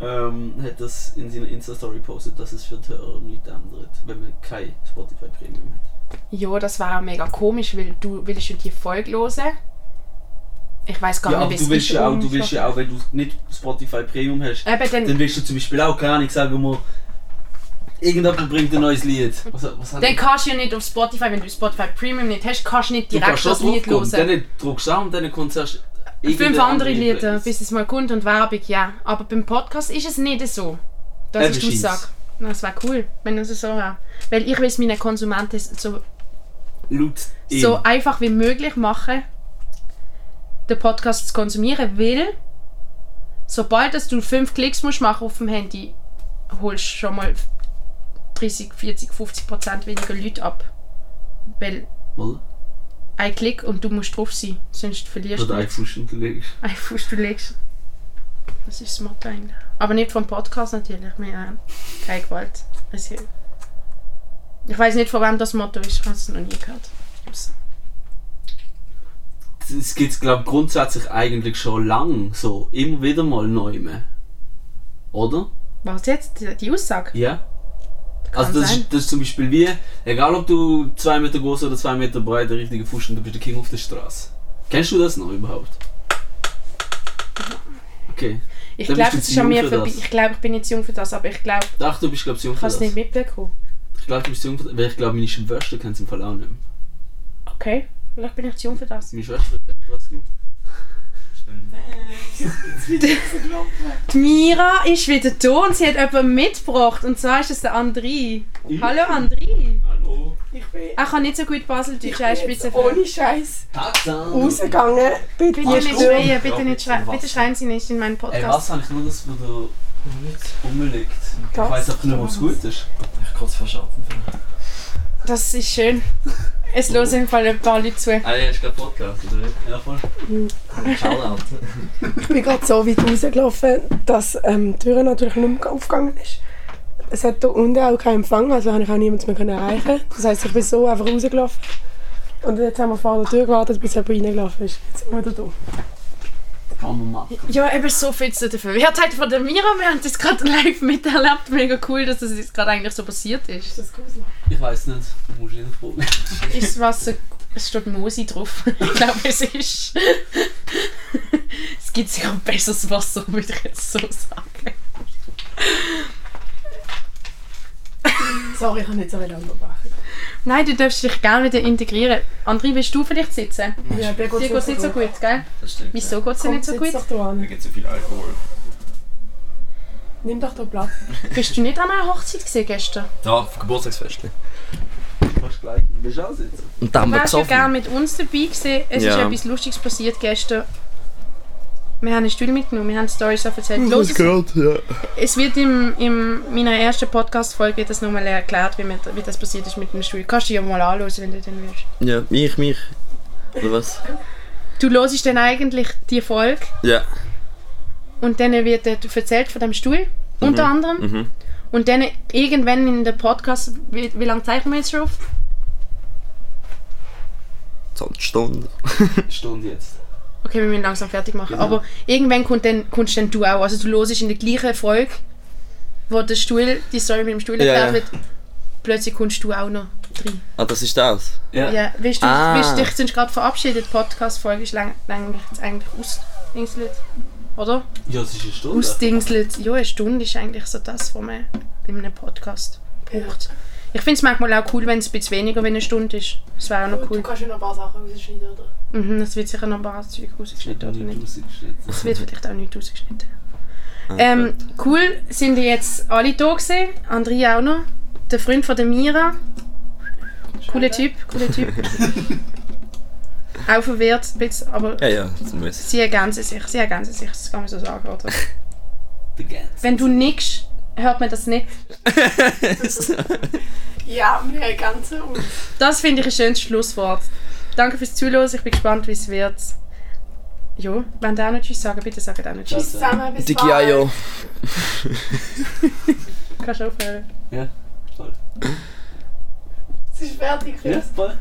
C: ähm, hat das in seiner Insta-Story gepostet, dass es für die Hörer nichts ändert, wenn man kein Spotify-Premium hat.
B: Ja, das war auch mega komisch, weil du willst ja die Folge hören. Ich weiß gar
C: Ja,
B: nicht,
C: aber
B: wie es
C: du willst
B: ist,
C: ja auch, du
B: um-
C: willst ja auch, wenn du nicht Spotify Premium hast,
B: Eben, dann,
C: dann willst du zum Beispiel auch keine Ahnung, sagen wir mal, irgendjemand bringt ein neues Lied. Was, was hat
B: dann kannst du ja nicht auf Spotify, wenn du Spotify Premium nicht hast, kannst du nicht
C: du
B: direkt
C: kannst schon
B: das Lied
C: draufkommen.
B: hören.
C: Dann druckst du an und dann kommt zuerst
B: Fünf
C: irgendeine
B: andere Lieder,
C: Playlist.
B: bis es mal kommt und Werbung, ja. Aber beim Podcast ist es nicht so. Das
C: Eben
B: ist die
C: scheint's.
B: Aussage. Na, Das wäre cool, wenn es so wäre. Weil ich will es meinen Konsumenten so,
C: Laut ihm.
B: so einfach wie möglich machen, den Podcast zu konsumieren, weil sobald dass du fünf Klicks musst machen auf dem Handy, holst du schon mal 30, 40, 50 Prozent weniger Leute ab. Weil
C: Mal.
B: ein Klick und du musst drauf sein, sonst verlierst
C: Oder
B: du
C: ein Fuß hinterlegst.
B: ein Fuß, du legst. Das ist das Motto eigentlich. Aber nicht vom Podcast natürlich, wir haben keine Gewalt. Also, ich weiß nicht, von wem das Motto ist, ich habe es noch nie gehört.
C: Es gibt es, glaube ich, grundsätzlich eigentlich schon lang so. Immer wieder mal neu mehr. Oder?
B: Was jetzt? Die- Die Aussage?
C: Ja.
B: Kann
C: also das
B: sein.
C: ist, das ist zum Beispiel wie, egal ob du 2 Meter groß oder 2 Meter breit, der richtige Fuß und du bist der King auf der Straße. Kennst du das noch überhaupt? Okay.
B: Ich
C: Dann
B: glaube,
C: bist du
B: es
C: zu
B: ist an
C: jung
B: mir
C: für
B: vorbei.
C: das.
B: Ich glaube, ich bin nicht zu jung für das, aber ich glaube,
C: Ach, du bist, glaube ich, jung
B: ich
C: für
B: kann es
C: das.
B: nicht mitbekommen.
C: Ich glaube, du bist jung für das. Weil ich glaube, meine Schwester kennt es im Fall auch nicht mehr.
B: Okay, vielleicht bin ich zu jung für das.
C: Meine Schwester, was du?
B: Die Mira ist wieder da und sie hat jemanden mitgebracht. Und zwar ist es der André. Hallo André.
C: Hallo.
A: Ich bin,
B: Er kann nicht so gut Baseldeutsch,
A: ich
B: er
A: bin
B: ist ein bisschen
A: jetzt ohne Scheiß
C: Taxan!
A: rausgegangen. Bitte,
B: Bitte
A: bitte
B: nicht
C: Arschloch.
B: schreien, bitte nicht schreien.
C: Wasser.
B: Bitte schreien Sie nicht in meinen
C: Ey, was
B: Podcast.
C: habe ich nur das, wo du rumliegt? Ich
A: Das-
C: weiß einfach nicht, ob es gut ist.
E: Ich kann es verschaffen.
B: Das ist schön. Es hören im Fall ein paar Leute zu.
E: Ah, ja, ist gerade Podcast, oder?
C: Ja, voll.
E: Shoutout.
A: Ich bin gerade so weit rausgelaufen, dass ähm, die Tür natürlich nicht mehr aufgegangen ist. Es hat hier unten auch keinen Empfang, also habe ich auch niemanden mehr können erreichen. Das heisst, ich bin so einfach rausgelaufen. Und jetzt haben wir vor der Tür gewartet, bis jemand reingelaufen ist. Jetzt sind wir wieder da.
C: Kann man machen.
B: Ja, eben so viel zu der Verwirrtheit von der Mira. Wir haben das gerade live miterlebt. Mega cool, dass das jetzt gerade eigentlich so passiert ist.
A: das gruselig?
C: Ich weiß nicht. Du musst ihn fragen.
B: Ist was so, es steht Mosi drauf. Ich glaube, es ist. es gibt sicher besseres Wasser, würde ich jetzt so sagen.
A: Sorry, ich habe nicht so viel unterbrechen.
B: Nein, du darfst dich gerne wieder integrieren. André, willst du vielleicht sitzen?
A: Ja, der
B: Dir geht es nicht so gut, gell?
E: Das stimmt.
B: Wieso geht es dir
A: Komm,
B: nicht so
A: sitz
B: gut?
A: Doch da
E: Da
A: an.
E: gibt es so viel Alkohol.
A: Nimm doch da Platz.
B: Bist du nicht an einer Hochzeit gesehen gestern?
E: Da, auf Geburtstagsfest.
C: Fast gleich. Willst du auch sitzen?
E: Und dann haben wir
B: Wärst du gerne
E: gesoffen.
B: mit uns dabei gewesen? Es ist
E: Ja.
B: etwas Lustiges passiert gestern. Wir haben einen Stuhl mitgenommen, wir haben Storys erzählt. Los, es,
E: gehört, ja.
B: es wird in im, meiner ersten Podcast-Folge wird das nochmal erklärt, wie, mir, wie das passiert ist mit dem Stuhl. Kannst du dir ja mal anhören, wenn du den willst.
E: Ja, mich, mich. Oder was?
B: Du hörst dann eigentlich die Folge
E: Ja.
B: und dann wird dort erzählt von dem Stuhl, unter anderem.
E: Mhm.
B: Und dann irgendwann in der Podcast, wie, wie lange zeichnen wir jetzt schon auf?
E: 20 Stunden.
C: Stunde jetzt.
B: Okay, wir müssen langsam fertig machen.
C: Genau.
B: Aber irgendwann kommt dann, kommst dann du auch. Also du hörst in der gleichen Folge, wo der Stuhl, die Story mit dem Stuhl
E: Ja,
B: erklärt
E: ja.
B: wird, plötzlich kommst du auch noch rein.
E: Ah, das ist das?
C: Ja.
B: Ja, weißt du,
E: Ah.
B: weißt du, dich sind gerade verabschiedet. Die Podcast-Folge ist lang, lang jetzt eigentlich ausdingselt. Oder?
C: Ja, es ist eine Stunde.
B: Ausdingselt. Ja, eine Stunde ist eigentlich so das, was man in einem Podcast braucht. Ich finde es manchmal auch cool, wenn es ein bisschen weniger wie eine Stunde ist. Das wäre auch noch cool.
A: kannst ja noch ein paar Sachen rausschneiden, oder?
B: Mhm, das wird sicher noch ein paar Zeug
C: Nicht
B: rausgeschnitten, oder nicht?
C: ausgeschnitten.
B: Es wird vielleicht auch nicht rausgeschnitten. Ähm, cool, sind die jetzt alle da gewesen. Andrea auch noch. Der Freund von der Mira. Cooler Typ, cooler Typ. auch verwirrt ein bisschen, aber
E: Ja, ja, zumindest.
B: sie ergänzen sich, sie ergänzen sich, das kann man so sagen, oder?
C: Der Gans.
B: Wenn du nickst, hört man das nicht.
A: Ja, wir ergänzen uns.
B: Das finde ich ein schönes Schlusswort. Danke fürs Zuhören, ich bin gespannt, wie es wird. Jo, wenn du auch noch Tschüss sagen, bitte sag auch noch Tschüss.
A: Tschüss zusammen, bis
E: Dicke Ajo.
B: Kannst du aufhören.
C: Ja, voll.
A: Es ist fertig.
C: Ja, voll.